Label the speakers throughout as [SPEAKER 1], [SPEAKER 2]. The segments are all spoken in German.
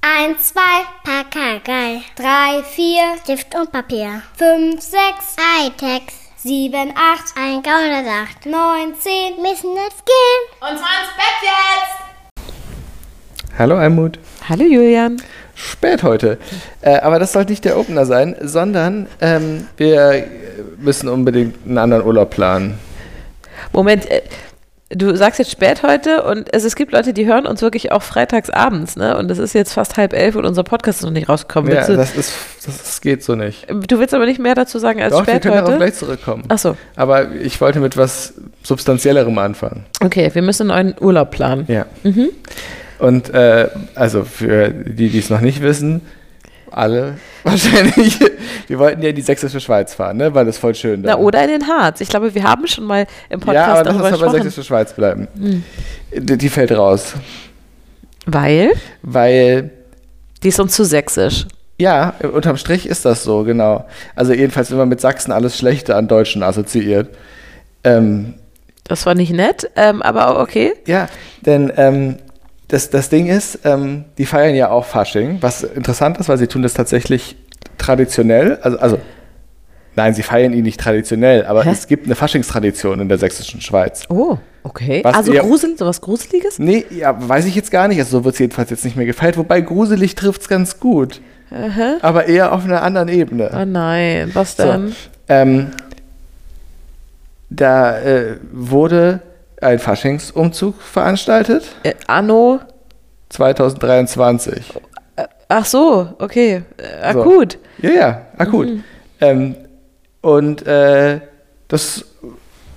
[SPEAKER 1] 1, 2, Pakagei.
[SPEAKER 2] 3, 4,
[SPEAKER 1] Stift und Papier.
[SPEAKER 2] 5, 6,
[SPEAKER 1] Hightech.
[SPEAKER 2] 7, 8,
[SPEAKER 1] 1, 108.
[SPEAKER 2] 9, 10.
[SPEAKER 1] Müssen jetzt gehen.
[SPEAKER 3] Und zwar ins Bett jetzt!
[SPEAKER 4] Hallo Almut.
[SPEAKER 5] Hallo Julian.
[SPEAKER 4] Spät heute. Äh, aber das sollte nicht der Opener sein, sondern ähm, wir müssen unbedingt einen anderen Urlaub planen.
[SPEAKER 5] Moment, äh, du sagst jetzt spät heute und es, es gibt Leute, die hören uns wirklich auch freitags abends, ne? Und es ist jetzt fast halb elf und unser Podcast ist noch nicht rausgekommen.
[SPEAKER 4] Ja,
[SPEAKER 5] Willst du,
[SPEAKER 4] das, ist, das geht so nicht.
[SPEAKER 5] du willst aber nicht mehr dazu sagen als
[SPEAKER 4] Doch, wir
[SPEAKER 5] spät
[SPEAKER 4] können darauf
[SPEAKER 5] heute?
[SPEAKER 4] gleich zurückkommen.
[SPEAKER 5] Achso,
[SPEAKER 4] Aber ich wollte mit was Substanziellerem anfangen.
[SPEAKER 5] okay, wir müssen einen Urlaub planen.
[SPEAKER 4] Ja. Und äh, also für die, die es noch nicht wissen, alle wahrscheinlich, wir wollten ja in die Sächsische Schweiz fahren, ne? weil das voll schön da
[SPEAKER 5] Na, oder in den Harz. Ich glaube, wir haben schon mal im
[SPEAKER 4] Ja, aber
[SPEAKER 5] Podcast
[SPEAKER 4] lass uns
[SPEAKER 5] darüber
[SPEAKER 4] mal bei
[SPEAKER 5] gesprochen. Mhm.
[SPEAKER 4] Sächsische Schweiz bleiben. Die, die fällt raus.
[SPEAKER 5] Weil,
[SPEAKER 4] Weil
[SPEAKER 5] die ist uns zu sächsisch.
[SPEAKER 4] Ja, unterm Strich ist das so, genau. Also jedenfalls, wenn man mit Sachsen alles Schlechte an Deutschen assoziiert. Ähm,
[SPEAKER 5] Das war nicht nett, ähm, aber okay.
[SPEAKER 4] ja, denn ähm, das, das Ding ist, ähm, die feiern ja auch Fasching, was interessant ist, weil sie tun das tatsächlich traditionell. Also, also nein, sie feiern ihn nicht traditionell, aber
[SPEAKER 5] Hä?
[SPEAKER 4] es gibt eine Faschingstradition in der sächsischen Schweiz.
[SPEAKER 5] Oh, okay.
[SPEAKER 4] Was
[SPEAKER 5] also
[SPEAKER 4] ihr-
[SPEAKER 5] grusel, sowas Gruseliges?
[SPEAKER 4] Nee, ja, weiß ich jetzt gar nicht. Also so wird es jedenfalls jetzt nicht mehr gefeiert. Wobei gruselig trifft es ganz gut. Aber eher auf einer anderen Ebene.
[SPEAKER 5] Oh nein, was
[SPEAKER 4] So,
[SPEAKER 5] denn?
[SPEAKER 4] ähm, da äh, wurde ein Faschingsumzug veranstaltet,
[SPEAKER 5] Äh, Anno
[SPEAKER 4] 2023.
[SPEAKER 5] Ach so, okay. Äh,
[SPEAKER 4] So.
[SPEAKER 5] akut.
[SPEAKER 4] Ja, ja, akut. Ähm, und äh, das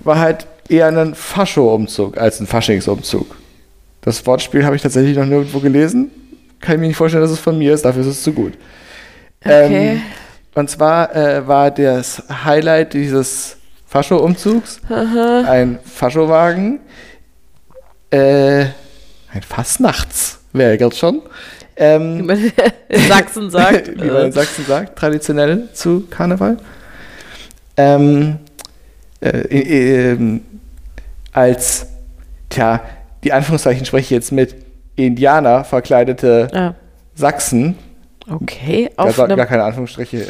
[SPEAKER 4] war halt eher ein Fascho-Umzug als ein Faschingsumzug. Das Wortspiel habe ich tatsächlich noch nirgendwo gelesen. Kann ich mir nicht vorstellen, dass es von mir ist, dafür ist es zu gut.
[SPEAKER 5] Okay.
[SPEAKER 4] Ähm, und zwar äh, war das Highlight dieses Fascho-Umzugs ein Faschowagen, äh, ein Fastnachtswägel schon,
[SPEAKER 5] Wie
[SPEAKER 4] ähm,
[SPEAKER 5] man in Sachsen sagt. äh,
[SPEAKER 4] wie man in Sachsen sagt, traditionell zu Karneval. Ähm, äh, äh, ähm, als, tja, die Anführungszeichen spreche ich jetzt mit Indianer verkleidete
[SPEAKER 5] ah,
[SPEAKER 4] Sachsen
[SPEAKER 5] okay,
[SPEAKER 4] da
[SPEAKER 5] auf
[SPEAKER 4] sollten gar
[SPEAKER 5] einem,
[SPEAKER 4] keine Anführungsstriche.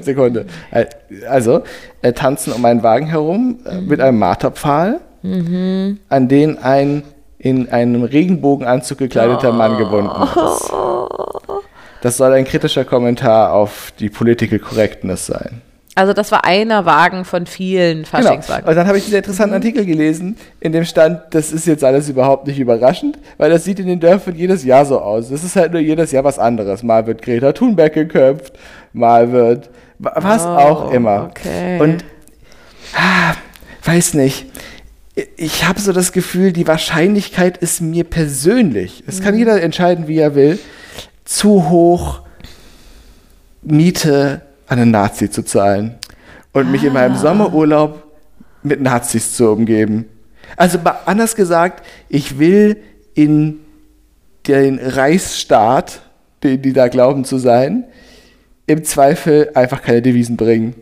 [SPEAKER 4] Sekunde. Äh, Also, äh, tanzen um einen Wagen herum äh,
[SPEAKER 5] Mhm.
[SPEAKER 4] mit einem Marterpfahl, an den ein in einem Regenbogenanzug gekleideter
[SPEAKER 5] Oh.
[SPEAKER 4] Mann gebunden ist. Das soll ein kritischer Kommentar auf die Political Correctness sein.
[SPEAKER 5] also das war einer Wagen von vielen
[SPEAKER 4] Genau.
[SPEAKER 5] Faschingswagen.
[SPEAKER 4] Und dann habe ich diesen interessanten Artikel gelesen, in dem stand, das ist jetzt alles überhaupt nicht überraschend, weil das sieht in den Dörfern jedes Jahr so aus. Das ist halt nur jedes Jahr was anderes. Mal wird Greta Thunberg geköpft, mal wird wa- was
[SPEAKER 5] Oh,
[SPEAKER 4] auch immer.
[SPEAKER 5] okay.
[SPEAKER 4] Und ah, weiß nicht. Ich habe so das Gefühl, die Wahrscheinlichkeit ist mir persönlich, es kann jeder entscheiden, wie er will, zu hoch Miete an einen Nazi zu zahlen und mich in meinem Sommerurlaub mit Nazis zu umgeben. Also ba- anders gesagt, ich will in den Reichsstaat, den die da glauben zu sein, im Zweifel einfach keine Devisen bringen.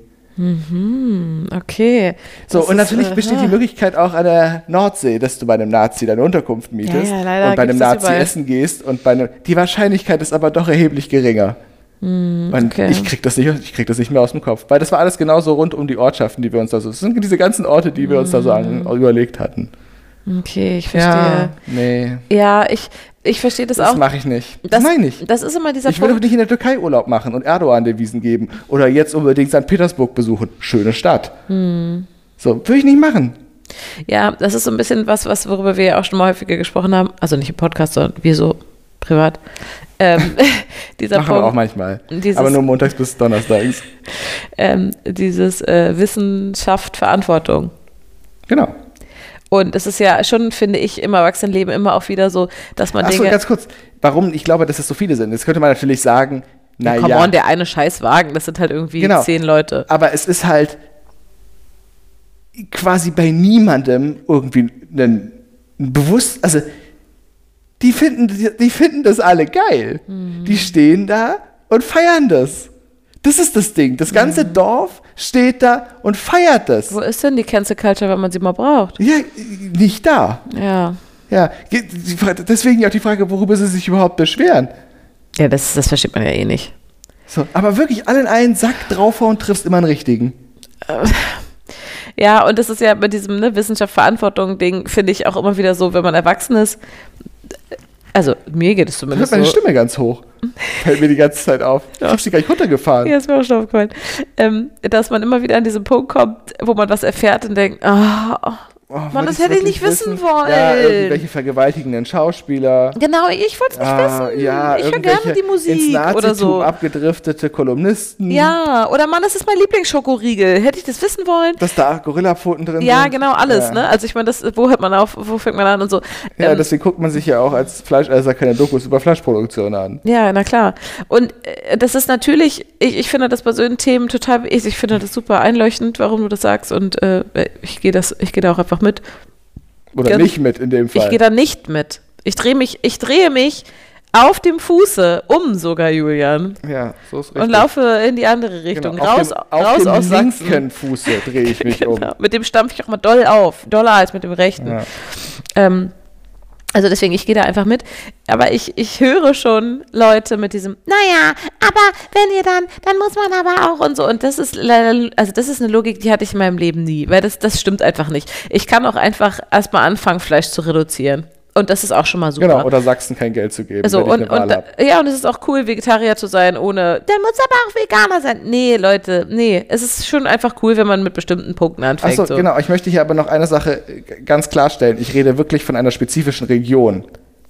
[SPEAKER 5] Okay.
[SPEAKER 4] So,
[SPEAKER 5] Das
[SPEAKER 4] und
[SPEAKER 5] ist, äh,
[SPEAKER 4] natürlich
[SPEAKER 5] aha.
[SPEAKER 4] besteht die Möglichkeit auch an der Nordsee, dass du bei einem Nazi deine Unterkunft mietest
[SPEAKER 5] Ja, ja, leider
[SPEAKER 4] und bei einem
[SPEAKER 5] gibt's das
[SPEAKER 4] Nazi
[SPEAKER 5] überall.
[SPEAKER 4] essen gehst und bei einem, die Wahrscheinlichkeit ist aber doch erheblich geringer. und
[SPEAKER 5] Hm, okay.
[SPEAKER 4] ich krieg das nicht, ich krieg das nicht mehr aus dem Kopf, weil das war alles genauso rund um die Ortschaften, die wir uns da so, das sind diese ganzen Orte, die wir uns da so an, überlegt hatten.
[SPEAKER 5] Okay, ich Hm. verstehe.
[SPEAKER 4] nee,
[SPEAKER 5] Ja, ich, ich verstehe das,
[SPEAKER 4] das
[SPEAKER 5] auch.
[SPEAKER 4] mache ich nicht. Das, meine ich.
[SPEAKER 5] Das ist immer dieser
[SPEAKER 4] Ich will doch
[SPEAKER 5] Punkt.
[SPEAKER 4] nicht in der Türkei Urlaub machen und Erdogan Devisen geben oder jetzt unbedingt St. Petersburg besuchen. Schöne Stadt.
[SPEAKER 5] Hm.
[SPEAKER 4] So, würde ich nicht machen.
[SPEAKER 5] Ja, das ist so ein bisschen was, was worüber wir ja auch schon mal häufiger gesprochen haben. Also nicht im Podcast, sondern wir so privat. Ähm, dieser
[SPEAKER 4] Machen
[SPEAKER 5] Punkt.
[SPEAKER 4] wir auch manchmal.
[SPEAKER 5] Dieses-
[SPEAKER 4] Aber nur montags bis donnerstags.
[SPEAKER 5] ähm, dieses äh, Wissenschaft, Verantwortung.
[SPEAKER 4] Genau.
[SPEAKER 5] Und es ist ja schon, finde ich, im Erwachsenenleben immer auch wieder so, dass man
[SPEAKER 4] Achso,
[SPEAKER 5] Dinge.
[SPEAKER 4] ganz kurz. Warum ich glaube, dass es so viele sind. Jetzt könnte man natürlich sagen,
[SPEAKER 5] Ja, Come
[SPEAKER 4] naja,
[SPEAKER 5] on, der eine Scheißwagen, das sind halt irgendwie
[SPEAKER 4] Genau.
[SPEAKER 5] zehn Leute.
[SPEAKER 4] aber es ist halt quasi bei niemandem irgendwie ein bewusst, also die finden, die, die finden das alle geil.
[SPEAKER 5] Mhm.
[SPEAKER 4] Die stehen da und feiern das. Das ist das Ding. Das ganze Dorf steht da und feiert das.
[SPEAKER 5] Mhm. Wo ist denn die Cancel Culture, wenn man sie mal braucht?
[SPEAKER 4] Ja, nicht da.
[SPEAKER 5] Ja.
[SPEAKER 4] Ja, ge- die Fra- deswegen ja auch die Frage, worüber sie sich überhaupt beschweren.
[SPEAKER 5] Ja, das, das versteht man ja eh nicht.
[SPEAKER 4] So, aber wirklich alle in einen Sack draufhauen, triffst immer einen richtigen.
[SPEAKER 5] Ja, und das ist ja mit diesem ne, Wissenschaft-Verantwortung-Ding, finde ich auch immer wieder so, wenn man erwachsen ist. Also, mir geht es
[SPEAKER 4] Dann
[SPEAKER 5] zumindest
[SPEAKER 4] hört
[SPEAKER 5] so.
[SPEAKER 4] meine Stimme ganz hoch. Fällt mir die ganze Zeit auf. Ich hab sie gar nicht runtergefahren.
[SPEAKER 5] Ja, ist mir auch schon aufgefallen. Ähm, dass man immer wieder an diesen Punkt kommt, wo man was erfährt und denkt, ah, oh,
[SPEAKER 4] Oh,
[SPEAKER 5] Mann,
[SPEAKER 4] wollte
[SPEAKER 5] das
[SPEAKER 4] ich's
[SPEAKER 5] hätte ich
[SPEAKER 4] wirklich
[SPEAKER 5] nicht wissen
[SPEAKER 4] Ja,
[SPEAKER 5] wollen.
[SPEAKER 4] irgendwelche vergewaltigenden Schauspieler.
[SPEAKER 5] genau, ich wollte es nicht
[SPEAKER 4] Ah,
[SPEAKER 5] wissen.
[SPEAKER 4] ja,
[SPEAKER 5] ich höre
[SPEAKER 4] irgendwelche
[SPEAKER 5] gerne die
[SPEAKER 4] ins
[SPEAKER 5] Musik
[SPEAKER 4] Nazitum
[SPEAKER 5] oder so.
[SPEAKER 4] abgedriftete Kolumnisten.
[SPEAKER 5] Ja, oder Mann, das ist mein Lieblingsschokoriegel. Hätte ich das wissen wollen?
[SPEAKER 4] Dass da Gorillapfoten drin sind.
[SPEAKER 5] Ja, genau, alles.
[SPEAKER 4] Ja.
[SPEAKER 5] Ne? Also ich meine, das, wo hört man auf, wo fängt man an und so.
[SPEAKER 4] Ja,
[SPEAKER 5] Ähm,
[SPEAKER 4] deswegen guckt man sich ja auch als Fleischesser keine Dokus über Fleischproduktion an.
[SPEAKER 5] Ja, na klar. Und äh, das ist natürlich, ich, ich finde das bei so Themen total, ich, ich finde das super einleuchtend, warum du das sagst und äh, ich gehe das, ich gehe da auch einfach mit.
[SPEAKER 4] Oder
[SPEAKER 5] Ganz-
[SPEAKER 4] nicht mit in dem Fall.
[SPEAKER 5] Genau. Ich gehe da nicht mit. Ich drehe mich, ich drehe mich auf dem Fuße um sogar, Julian.
[SPEAKER 4] ja, so ist richtig.
[SPEAKER 5] Und laufe in die andere
[SPEAKER 4] Genau,
[SPEAKER 5] Richtung.
[SPEAKER 4] auf
[SPEAKER 5] raus
[SPEAKER 4] dem, auf
[SPEAKER 5] raus
[SPEAKER 4] dem
[SPEAKER 5] aus Sachsen.
[SPEAKER 4] linken Fuße drehe ich mich um.
[SPEAKER 5] Genau. Mit dem stampfe ich auch mal doll auf. Doller als mit dem rechten.
[SPEAKER 4] Ja.
[SPEAKER 5] Ähm, also deswegen, ich gehe da einfach mit. Aber ich, ich höre schon Leute mit diesem, naja, aber wenn ihr dann, dann muss man aber auch und so. Und das ist leider, also das ist eine Logik, die hatte ich in meinem Leben nie, weil das, das stimmt einfach nicht. Ich kann auch einfach erstmal anfangen, Fleisch zu reduzieren. Und das ist auch schon mal super.
[SPEAKER 4] Genau, oder Sachsen kein Geld zu geben,
[SPEAKER 5] Also
[SPEAKER 4] wenn ich
[SPEAKER 5] und,
[SPEAKER 4] eine Wahl
[SPEAKER 5] und
[SPEAKER 4] habe.
[SPEAKER 5] ja, und es ist auch cool, Vegetarier zu sein, ohne. Dann muss aber auch Veganer sein. Nee, Leute, nee. Es ist schon einfach cool, wenn man mit bestimmten Punkten anfängt.
[SPEAKER 4] Achso,
[SPEAKER 5] so.
[SPEAKER 4] genau. Ich möchte hier aber noch eine Sache äh, g- ganz klarstellen. Ich rede wirklich von einer spezifischen Region.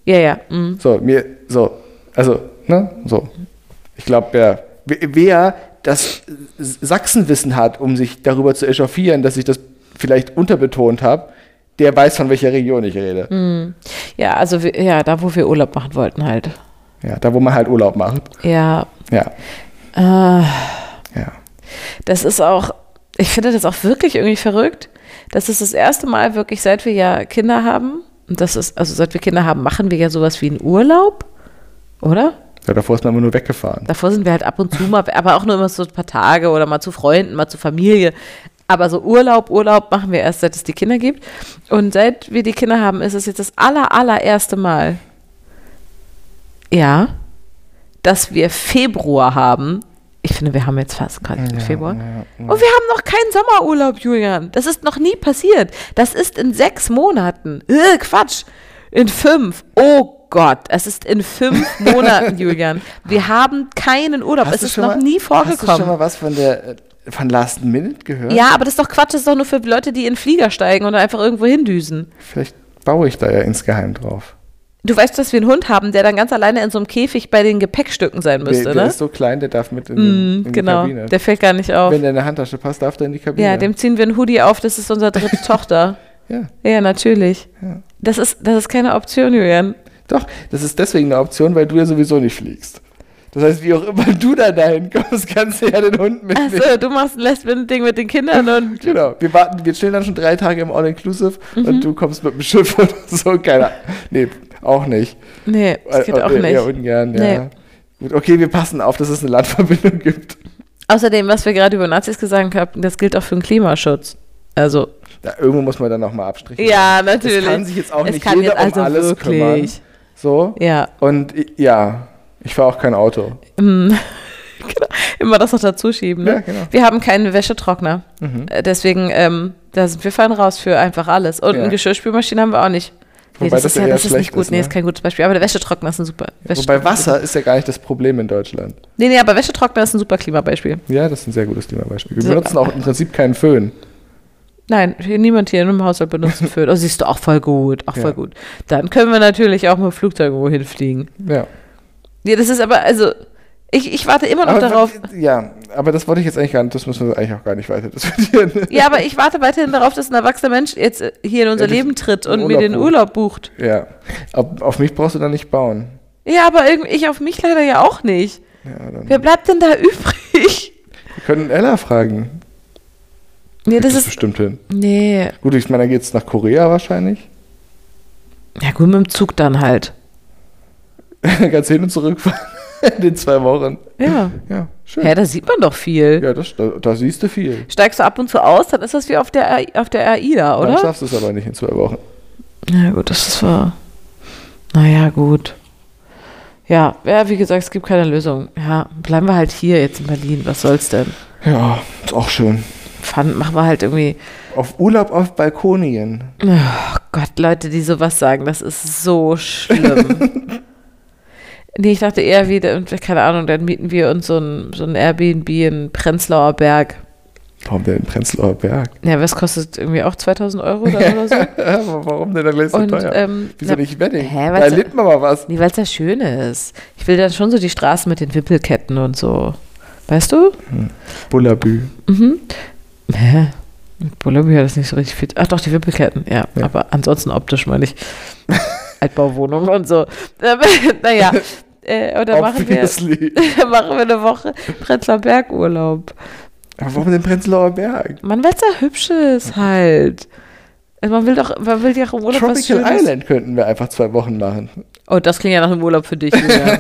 [SPEAKER 5] Ja, ja. mm.
[SPEAKER 4] So, mir, so, also, ne, so. Ich glaube, wer, we- wer das S- Sachsenwissen hat, um sich darüber zu echauffieren, dass ich das vielleicht unterbetont habe, der weiß, von welcher Region ich rede.
[SPEAKER 5] Hm. Ja, also wir, ja, da wo wir Urlaub machen wollten halt.
[SPEAKER 4] Ja, da, wo man halt Urlaub macht.
[SPEAKER 5] Ja.
[SPEAKER 4] Ja,
[SPEAKER 5] Äh,
[SPEAKER 4] ja.
[SPEAKER 5] das ist auch, ich finde das auch wirklich irgendwie verrückt. Das ist das erste Mal wirklich, seit wir ja Kinder haben. Und das ist, also seit wir Kinder haben, machen wir ja sowas wie einen Urlaub, oder?
[SPEAKER 4] ja davor ist man immer nur weggefahren.
[SPEAKER 5] Davor sind wir halt ab und zu mal, aber auch nur immer so ein paar Tage oder mal zu Freunden, mal zu Familie. Aber so Urlaub, Urlaub machen wir erst, seit es die Kinder gibt. Und seit wir die Kinder haben, ist es jetzt das aller, allererste Mal, ja, dass wir Februar haben. Ich finde, wir haben jetzt fast gerade Februar. Und wir haben noch keinen Sommerurlaub, Julian. Das ist noch nie passiert. Das ist in sechs Monaten. Äh, Quatsch. In fünf. Oh Gott, es ist in fünf Monaten, Julian. Wir haben keinen Urlaub. es
[SPEAKER 4] du
[SPEAKER 5] ist
[SPEAKER 4] schon
[SPEAKER 5] noch
[SPEAKER 4] mal-
[SPEAKER 5] nie
[SPEAKER 4] Hast du schon
[SPEAKER 5] vorgekommen.
[SPEAKER 4] mal was von der äh, von Last Minute gehört?
[SPEAKER 5] Ja, aber das ist doch Quatsch. Das ist doch nur für Leute, die in den Flieger steigen und einfach irgendwo hindüsen.
[SPEAKER 4] Vielleicht baue ich da ja insgeheim drauf.
[SPEAKER 5] Du weißt, dass wir einen Hund haben, der dann ganz alleine in so einem Käfig bei den Gepäckstücken sein
[SPEAKER 4] Der,
[SPEAKER 5] müsste,
[SPEAKER 4] der
[SPEAKER 5] ne?
[SPEAKER 4] ist so klein, der darf mit in, den- in die
[SPEAKER 5] genau.
[SPEAKER 4] Kabine.
[SPEAKER 5] Der fällt gar nicht auf.
[SPEAKER 4] Wenn der in der Handtasche passt, darf der in die Kabine.
[SPEAKER 5] ja, dem ziehen wir einen Hoodie auf. Das ist unsere dritte Tochter.
[SPEAKER 4] ja.
[SPEAKER 5] Ja, natürlich.
[SPEAKER 4] Ja.
[SPEAKER 5] Das, ist, das ist keine Option, Julian.
[SPEAKER 4] Doch, das ist deswegen eine Option, weil du ja sowieso nicht fliegst. Das heißt, wie auch immer du da dahin kommst, kannst du ja den Hund mitnehmen.
[SPEAKER 5] Achso, Also, du machst ein Last-Minute-Ding mit den Kindern und.
[SPEAKER 4] Genau, wir warten, wir chillen dann schon drei Tage im All-Inclusive und
[SPEAKER 5] Mhm.
[SPEAKER 4] du kommst mit dem Schiff oder so, keine Ahnung. Nee, auch nicht.
[SPEAKER 5] Nee, das geht
[SPEAKER 4] Äh,
[SPEAKER 5] auch
[SPEAKER 4] eher
[SPEAKER 5] nicht.
[SPEAKER 4] ungern, ja.
[SPEAKER 5] Nee.
[SPEAKER 4] Gut, okay, wir passen auf, dass es eine Landverbindung gibt.
[SPEAKER 5] Außerdem, was wir gerade über Nazis gesagt haben, das gilt auch für den Klimaschutz. Also,
[SPEAKER 4] Da, irgendwo muss man dann nochmal Abstriche
[SPEAKER 5] ja,
[SPEAKER 4] machen.
[SPEAKER 5] natürlich.
[SPEAKER 4] Es kann sich jetzt auch
[SPEAKER 5] Es
[SPEAKER 4] nicht
[SPEAKER 5] kann
[SPEAKER 4] jeder
[SPEAKER 5] jetzt also
[SPEAKER 4] um alles kümmern.
[SPEAKER 5] wirklich.
[SPEAKER 4] So,
[SPEAKER 5] Ja,
[SPEAKER 4] und i- ja, ich fahre auch kein Auto.
[SPEAKER 5] mm. genau. immer das noch dazu schieben. Ne?
[SPEAKER 4] Ja, genau. Mhm.
[SPEAKER 5] Wir haben keinen Wäschetrockner. Äh, Deswegen, ähm, da sind wir fallen raus für einfach alles. Und
[SPEAKER 4] Ja.
[SPEAKER 5] eine Geschirrspülmaschine haben wir auch nicht. Nee,
[SPEAKER 4] Wobei
[SPEAKER 5] das,
[SPEAKER 4] das
[SPEAKER 5] ist ja,
[SPEAKER 4] eher
[SPEAKER 5] das ist nicht
[SPEAKER 4] schlecht
[SPEAKER 5] gut.
[SPEAKER 4] ist,
[SPEAKER 5] Nee,
[SPEAKER 4] ne?
[SPEAKER 5] ist kein gutes Beispiel. Aber der Wäschetrockner ist ein super.
[SPEAKER 4] Wobei
[SPEAKER 5] Wäschetrockner-
[SPEAKER 4] Wasser ist ja gar nicht das Problem in Deutschland.
[SPEAKER 5] Nee, nee, aber Wäschetrockner ist ein super Klimabeispiel.
[SPEAKER 4] Ja, das ist ein sehr gutes Klimabeispiel. Wir
[SPEAKER 5] So.
[SPEAKER 4] benutzen auch im Prinzip keinen Föhn.
[SPEAKER 5] Nein, hier, niemand hier im Haushalt benutzt einen Föhn. Oh, siehst du, auch voll gut, auch
[SPEAKER 4] Ja.
[SPEAKER 5] voll gut. Dann können wir natürlich auch mit dem Flugzeug wohin fliegen.
[SPEAKER 4] Ja.
[SPEAKER 5] Ja, das ist aber, also, ich, ich warte immer noch darauf.
[SPEAKER 4] Ja, aber das wollte ich jetzt eigentlich gar nicht, das müssen wir eigentlich auch gar nicht weiter diskutieren.
[SPEAKER 5] Ja, aber ich warte weiterhin darauf, dass ein erwachsener Mensch jetzt äh, hier in unser
[SPEAKER 4] Ja, das-
[SPEAKER 5] Leben tritt
[SPEAKER 4] einen
[SPEAKER 5] und mir den Urlaub
[SPEAKER 4] Urlaub
[SPEAKER 5] bucht.
[SPEAKER 4] Ja. Auf, auf mich brauchst du dann nicht bauen.
[SPEAKER 5] Ja, aber irgendwie, ich auf mich leider ja auch nicht.
[SPEAKER 4] Ja, dann.
[SPEAKER 5] Wer bleibt denn da übrig?
[SPEAKER 4] Wir können Ella fragen.
[SPEAKER 5] Nee, das
[SPEAKER 4] Kriegt
[SPEAKER 5] ist.
[SPEAKER 4] bestimmt hin.
[SPEAKER 5] Nee.
[SPEAKER 4] Gut, ich meine, dann geht's nach Korea wahrscheinlich.
[SPEAKER 5] Ja, gut, mit dem Zug dann halt.
[SPEAKER 4] Ganz hin und zurückfahren in den zwei Wochen.
[SPEAKER 5] Ja.
[SPEAKER 4] Ja, schön.
[SPEAKER 5] Ja, da sieht man doch viel.
[SPEAKER 4] Ja, das, da, da siehst du viel.
[SPEAKER 5] Steigst du ab und zu aus, dann ist das wie auf der, AI auf der AIDA, oder?
[SPEAKER 4] Dann schaffst du es aber nicht in zwei Wochen.
[SPEAKER 5] Ja, gut, das war. Naja, gut. Ja, ja, wie gesagt, es gibt keine Lösung. Ja, bleiben wir halt hier jetzt in Berlin. Was soll's denn?
[SPEAKER 4] Ja, ist auch schön.
[SPEAKER 5] Fun, machen wir halt irgendwie.
[SPEAKER 4] Auf Urlaub auf Balkonien.
[SPEAKER 5] Oh Gott, Leute, die sowas sagen, das ist so schlimm. nee, ich dachte eher wie, keine Ahnung, dann mieten wir uns so ein, so ein Airbnb in Prenzlauer Berg.
[SPEAKER 4] Warum denn in Prenzlauer Berg?
[SPEAKER 5] Ja, was kostet irgendwie auch 2000 Euro dann oder so?
[SPEAKER 4] Aber Warum denn da gleich so
[SPEAKER 5] Und,
[SPEAKER 4] teuer?
[SPEAKER 5] ähm,
[SPEAKER 4] Wieso
[SPEAKER 5] na-
[SPEAKER 4] nicht Wedding?
[SPEAKER 5] Hä,
[SPEAKER 4] da
[SPEAKER 5] was-
[SPEAKER 4] erlebt man mal was.
[SPEAKER 5] Nee, weil es ja schön ist. Ich will dann schon so die Straßen mit den Wimpelketten und so. Weißt du?
[SPEAKER 4] Bullabü.
[SPEAKER 5] Mhm. Hä? Mit Bullabü hat das nicht so richtig viel. Ach doch, die Wimpelketten, ja. Aber ansonsten optisch meine ich. Altbauwohnung und so. Ähm, naja. Äh, und dann machen, wir,
[SPEAKER 4] Obviously.
[SPEAKER 5] dann machen wir eine Woche Prenzlauer Bergurlaub.
[SPEAKER 4] Aber warum denn Prenzlauer Berg?
[SPEAKER 5] Man will ja Hübsches halt. Also man will doch, man will ja auch im Urlaub was
[SPEAKER 4] Tropical
[SPEAKER 5] Schönes.
[SPEAKER 4] Island könnten wir einfach zwei Wochen machen.
[SPEAKER 5] Oh, das klingt ja nach einem Urlaub für dich, Julia.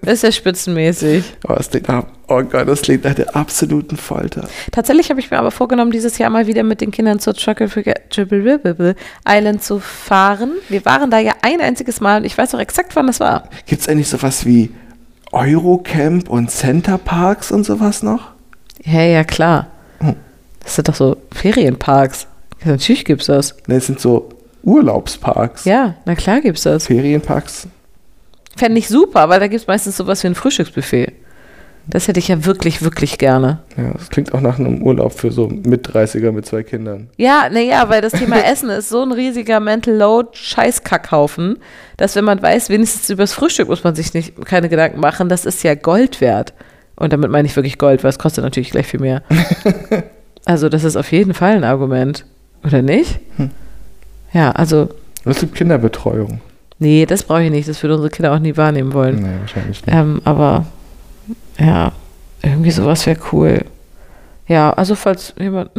[SPEAKER 5] Das ist ja spitzenmäßig.
[SPEAKER 4] Oh, das klingt nach, oh Gott, das klingt nach der absoluten Folter.
[SPEAKER 5] Tatsächlich habe ich mir aber vorgenommen, dieses Jahr mal wieder mit den Kindern zur Chocolate Forget- Triple Ribble Island zu fahren. Wir waren da ja ein einziges Mal und ich weiß auch exakt, wann das war.
[SPEAKER 4] Gibt es eigentlich sowas wie Eurocamp und Centerparks und sowas noch?
[SPEAKER 5] Ja, ja, klar. Das sind doch so Ferienparks. Ja, Natürlich gibt's das.
[SPEAKER 4] Ne, es sind so Urlaubsparks.
[SPEAKER 5] Ja, na klar gibt's das.
[SPEAKER 4] Ferienparks.
[SPEAKER 5] Fände ich super, weil da gibt es meistens sowas wie ein Frühstücksbuffet. Das hätte ich ja wirklich, wirklich gerne.
[SPEAKER 4] Ja, das klingt auch nach einem Urlaub für so mit 30er mit zwei Kindern.
[SPEAKER 5] Ja, naja, weil das Thema Essen ist so ein riesiger Mental Load Scheißkackhaufen, dass wenn man weiß, wenigstens übers Frühstück muss man sich nicht keine Gedanken machen, das ist ja Gold wert. Und damit meine ich wirklich Gold, weil es kostet natürlich gleich viel mehr. also, das ist auf jeden Fall ein Argument, oder nicht? Ja, also
[SPEAKER 4] Und es gibt Kinderbetreuung.
[SPEAKER 5] nee, das brauche ich nicht, das würde unsere Kinder auch nie wahrnehmen wollen.
[SPEAKER 4] Nee, wahrscheinlich nicht.
[SPEAKER 5] Ähm, aber ja, irgendwie sowas wäre cool. Ja, also falls jemand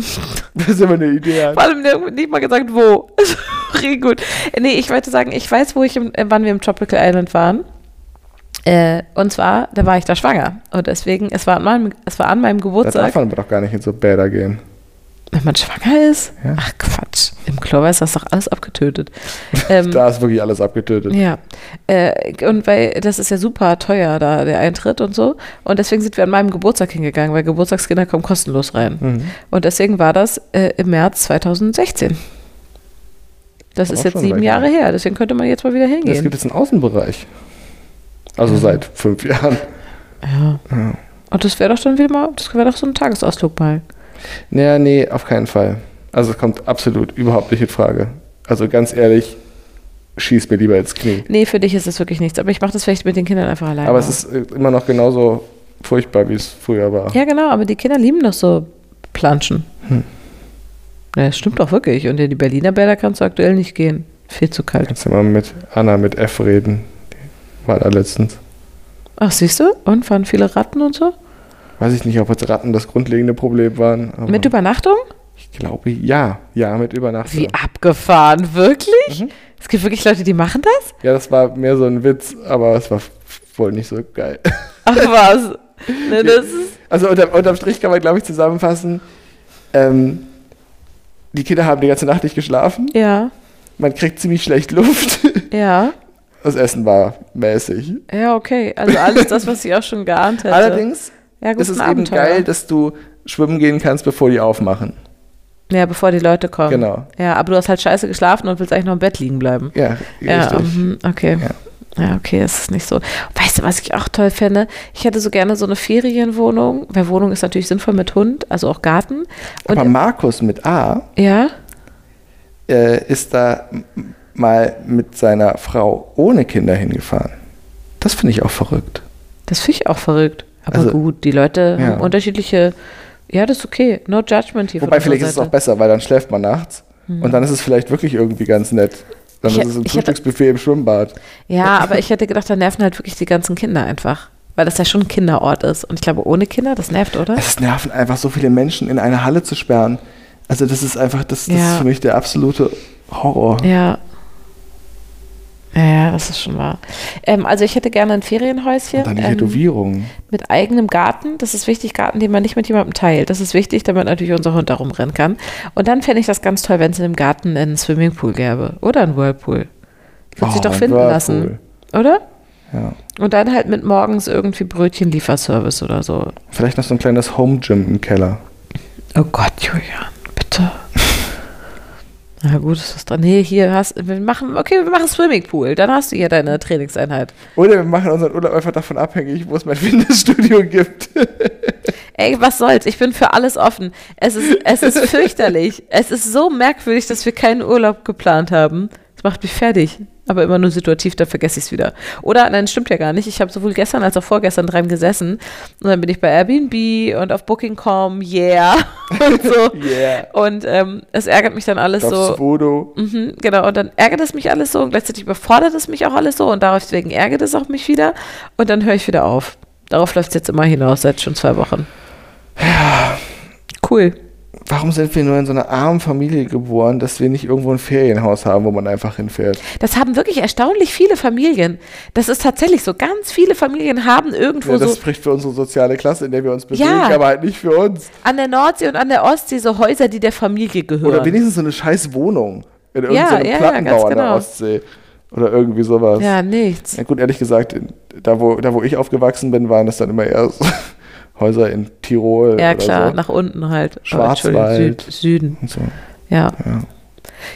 [SPEAKER 4] Das ist immer eine Idee.
[SPEAKER 5] Vor allem nirgend- nicht mal gesagt, wo. Also, Richtig gut. Nee, ich wollte sagen, ich weiß, wo ich im, äh, wann wir im Tropical Island waren. Äh, und zwar, da war ich da schwanger. Und deswegen, es war an meinem, es war an meinem
[SPEAKER 4] Da darf
[SPEAKER 5] Geburtstag.
[SPEAKER 4] man aber doch gar nicht in so Bäder gehen.
[SPEAKER 5] Wenn man schwanger ist?
[SPEAKER 4] Ja.
[SPEAKER 5] Ach Quatsch. Im Chlor ist das doch alles abgetötet. Ähm,
[SPEAKER 4] Da ist wirklich alles abgetötet.
[SPEAKER 5] Ja, äh, und weil das ist ja super teuer da, der Eintritt und so. Und deswegen sind wir an meinem Geburtstag hingegangen, weil Geburtstagskinder kommen kostenlos rein. Und deswegen war das äh, im März 2016. Das
[SPEAKER 4] Auch
[SPEAKER 5] ist jetzt
[SPEAKER 4] schon
[SPEAKER 5] sieben
[SPEAKER 4] weit
[SPEAKER 5] Jahre her, deswegen könnte man jetzt mal wieder
[SPEAKER 4] Es gibt
[SPEAKER 5] hingehen.
[SPEAKER 4] jetzt einen Außenbereich. Also seit fünf Jahren.
[SPEAKER 5] Und das wäre doch dann wieder mal, das wäre doch so ein Tagesausflug mal.
[SPEAKER 4] Naja, nee, auf keinen Fall. Also es kommt absolut überhaupt nicht in Frage. Also ganz ehrlich, schieß mir lieber ins Knie.
[SPEAKER 5] Nee, für dich ist das wirklich nichts, aber ich mache das vielleicht mit den Kindern einfach alleine.
[SPEAKER 4] Aber es ist äh, immer noch genauso furchtbar, wie es früher war.
[SPEAKER 5] Ja, genau, aber die Kinder lieben doch so Planschen.
[SPEAKER 4] Hm.
[SPEAKER 5] Ja, das stimmt doch wirklich. Und in die Berliner Bäder kannst du aktuell nicht gehen. Viel zu kalt.
[SPEAKER 4] Kannst du mal mit Anna mit F reden? Die war da letztens.
[SPEAKER 5] Ach, siehst du? Und waren viele Ratten und so?
[SPEAKER 4] Weiß ich nicht, ob jetzt Ratten das grundlegende Problem waren. Aber
[SPEAKER 5] Mit Übernachtung?
[SPEAKER 4] ich glaube, ja. Ja, Mhm. mit Übernachtung.
[SPEAKER 5] Wie abgefahren, wirklich? Es gibt wirklich Leute, die machen das?
[SPEAKER 4] Ja, das war mehr so ein Witz, aber es war f- wohl nicht so geil.
[SPEAKER 5] Ach was. Ne, das ist,
[SPEAKER 4] Also unter, unterm Strich kann man, glaube ich, zusammenfassen, ähm, die Kinder haben die ganze Nacht nicht geschlafen,
[SPEAKER 5] ja,
[SPEAKER 4] man kriegt ziemlich schlecht Luft,
[SPEAKER 5] ja.
[SPEAKER 4] das Essen war mäßig.
[SPEAKER 5] Ja, okay. Also alles das, was ich auch schon geahnt hätte.
[SPEAKER 4] Allerdings
[SPEAKER 5] Also, ja, guten
[SPEAKER 4] ist es eben
[SPEAKER 5] Abenteuer.
[SPEAKER 4] geil, dass du schwimmen gehen kannst, bevor die aufmachen.
[SPEAKER 5] Ja, bevor die Leute kommen.
[SPEAKER 4] Genau.
[SPEAKER 5] Ja, aber du hast halt scheiße geschlafen und willst eigentlich noch im Bett liegen bleiben.
[SPEAKER 4] Ja,
[SPEAKER 5] Ja,
[SPEAKER 4] richtig.
[SPEAKER 5] mhm, okay. Ja. okay, es ist nicht so. Weißt du, was ich auch toll fände? Ich hätte so gerne so eine Ferienwohnung, weil Wohnung ist natürlich sinnvoll mit Hund, also auch Garten. Und
[SPEAKER 4] Aber Markus mit A
[SPEAKER 5] ja,
[SPEAKER 4] äh, ist da m- mal mit seiner Frau ohne Kinder hingefahren. Das finde ich auch verrückt.
[SPEAKER 5] das finde ich auch verrückt. Aber
[SPEAKER 4] Also-
[SPEAKER 5] gut, die Leute
[SPEAKER 4] Ja.
[SPEAKER 5] haben unterschiedliche. Ja, das ist okay. No judgment hier. von
[SPEAKER 4] Wobei vielleicht ist es
[SPEAKER 5] unserer
[SPEAKER 4] auch besser, weil dann schläft man nachts und dann ist es vielleicht wirklich irgendwie ganz nett. Dann
[SPEAKER 5] Ich
[SPEAKER 4] ist
[SPEAKER 5] hä-
[SPEAKER 4] es ein
[SPEAKER 5] ich hätte-
[SPEAKER 4] Frühstücksbuffet im Schwimmbad.
[SPEAKER 5] Seite. Ja, aber ich hätte gedacht, da nerven halt wirklich die ganzen Kinder einfach. Weil das ja schon ein Kinderort ist. Und ich glaube, ohne Kinder, das nervt, oder?
[SPEAKER 4] Es nerven einfach so viele Menschen in eine Halle zu sperren. Also das ist einfach, das, das
[SPEAKER 5] Ja.
[SPEAKER 4] ist für mich der absolute Horror.
[SPEAKER 5] Ja. Ja, Ja, das ist schon wahr. Ähm, also ich hätte gerne ein Ferienhäuschen.
[SPEAKER 4] Und dann die
[SPEAKER 5] ähm,
[SPEAKER 4] Tätowierung.
[SPEAKER 5] mit eigenem Garten. Das ist wichtig, Garten, den man nicht mit jemandem teilt. Das ist wichtig, damit natürlich unser Hund da rumrennen kann. Und dann fände ich das ganz toll, wenn es in dem Garten einen Swimmingpool gäbe oder einen Whirlpool. Wird
[SPEAKER 4] Oh,
[SPEAKER 5] sich doch
[SPEAKER 4] ein
[SPEAKER 5] finden
[SPEAKER 4] Whirlpool.
[SPEAKER 5] lassen, oder?
[SPEAKER 4] Ja.
[SPEAKER 5] Und dann halt mit morgens irgendwie Brötchen-Lieferservice oder so.
[SPEAKER 4] Vielleicht noch so ein kleines Home Gym im Keller.
[SPEAKER 5] Oh Gott, Julian, bitte. Na gut, ist was dran. Nee, hier hast wir machen, okay, wir machen Swimmingpool. Dann hast du hier deine Trainingseinheit.
[SPEAKER 4] Oder wir machen unseren Urlaub einfach davon abhängig, wo es mein Fitnessstudio gibt.
[SPEAKER 5] Ey, was soll's? Ich bin für alles offen. Es ist, es ist fürchterlich. Es ist so merkwürdig, dass wir keinen Urlaub geplant haben. Das macht mich fertig. Aber immer nur situativ, dann vergesse ich es wieder. Oder, nein, stimmt ja gar nicht. Ich habe sowohl gestern als auch vorgestern dran gesessen. Und dann bin ich bei Airbnb und auf Booking.com, yeah. und so.
[SPEAKER 4] Yeah.
[SPEAKER 5] Und ähm, es ärgert mich dann alles so.
[SPEAKER 4] Aufs Vodo.
[SPEAKER 5] Mhm, genau, und dann ärgert es mich alles so und gleichzeitig überfordert es mich auch alles so und deswegen ärgert es auch mich wieder und dann höre ich wieder auf. Darauf läuft es jetzt immer hinaus, seit schon zwei Wochen. Cool.
[SPEAKER 4] Warum sind wir nur in so einer armen Familie geboren, dass wir nicht irgendwo ein Ferienhaus haben, wo man einfach hinfährt?
[SPEAKER 5] Das haben wirklich erstaunlich viele Familien. Das ist tatsächlich so. Ganz viele Familien haben irgendwo
[SPEAKER 4] Ja, das
[SPEAKER 5] so
[SPEAKER 4] spricht für unsere soziale Klasse, in der wir uns bewegen,
[SPEAKER 5] Ja.
[SPEAKER 4] aber halt nicht für uns.
[SPEAKER 5] an der Nordsee und an der Ostsee so Häuser, die der Familie gehören.
[SPEAKER 4] Oder wenigstens so eine scheiß Wohnung in
[SPEAKER 5] Ja,
[SPEAKER 4] irgendeinem
[SPEAKER 5] ja, ja,
[SPEAKER 4] Plattenbau
[SPEAKER 5] ganz
[SPEAKER 4] an der
[SPEAKER 5] genau.
[SPEAKER 4] Ostsee. Oder irgendwie sowas.
[SPEAKER 5] ja, nichts.
[SPEAKER 4] Na gut, ehrlich gesagt, in- da wo, da wo ich aufgewachsen bin, waren das dann immer eher so Häuser in Tirol.
[SPEAKER 5] Ja,
[SPEAKER 4] oder
[SPEAKER 5] klar,
[SPEAKER 4] So.
[SPEAKER 5] nach unten halt. Oh,
[SPEAKER 4] Schwarzwald.
[SPEAKER 5] Entschuldigung, Süd, Süden.
[SPEAKER 4] Und so.
[SPEAKER 5] Ja.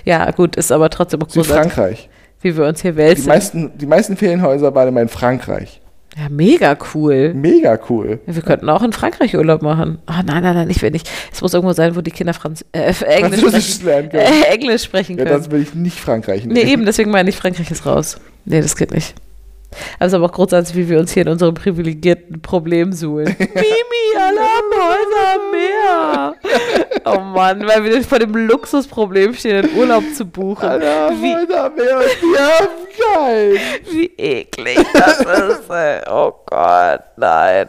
[SPEAKER 5] ja. gut, ist aber trotzdem großartig,
[SPEAKER 4] Südfrankreich.
[SPEAKER 5] wie wir uns hier
[SPEAKER 4] Die
[SPEAKER 5] wälzen.
[SPEAKER 4] meisten, die meisten Ferienhäuser waren immer in Frankreich.
[SPEAKER 5] Ja, mega cool.
[SPEAKER 4] Mega cool.
[SPEAKER 5] Wir könnten auch in Frankreich Urlaub machen. Ah, nein, nein, nein, ich will nicht. Es muss irgendwo sein, wo die Kinder Franz äh, äh, Englisch
[SPEAKER 4] Französisch
[SPEAKER 5] sprechen,
[SPEAKER 4] lernen können.
[SPEAKER 5] äh, Englisch sprechen
[SPEAKER 4] Ja,
[SPEAKER 5] können.
[SPEAKER 4] das will ich nicht Frankreich nehmen.
[SPEAKER 5] nee, eben, deswegen meine ich, Frankreich ist raus. Nee, das geht nicht. Aber es ist aber auch großartig, wie wir uns hier in unserem privilegierten Problem suhlen. Mimi, Alarmhäuser am Meer. Oh Mann, weil wir vor dem Luxusproblem stehen, einen Urlaub zu buchen.
[SPEAKER 4] Alter,
[SPEAKER 5] Wie
[SPEAKER 4] Alter, mehr und die haben keinen.
[SPEAKER 5] Wie eklig das ist. Ey. Oh Gott, nein.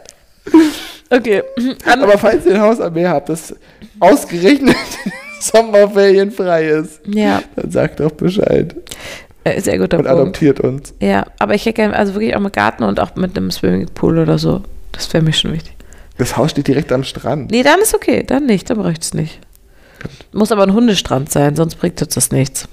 [SPEAKER 5] Okay. An,
[SPEAKER 4] Aber falls ihr ein Haus am Meer habt, das ausgerechnet in den Sommerferien frei ist,
[SPEAKER 5] ja,
[SPEAKER 4] dann sagt doch Bescheid
[SPEAKER 5] äh, sehr guter
[SPEAKER 4] und
[SPEAKER 5] Punkt.
[SPEAKER 4] adoptiert uns.
[SPEAKER 5] Ja, aber ich hätte gerne, also wirklich auch mit Garten und auch mit einem Swimmingpool oder so. Das wäre mir schon wichtig.
[SPEAKER 4] Das Haus steht direkt am Strand.
[SPEAKER 5] Nee, dann ist okay. Dann nicht, dann bräuchte es nicht. Muss aber ein Hundestrand sein, sonst bringt uns das nichts.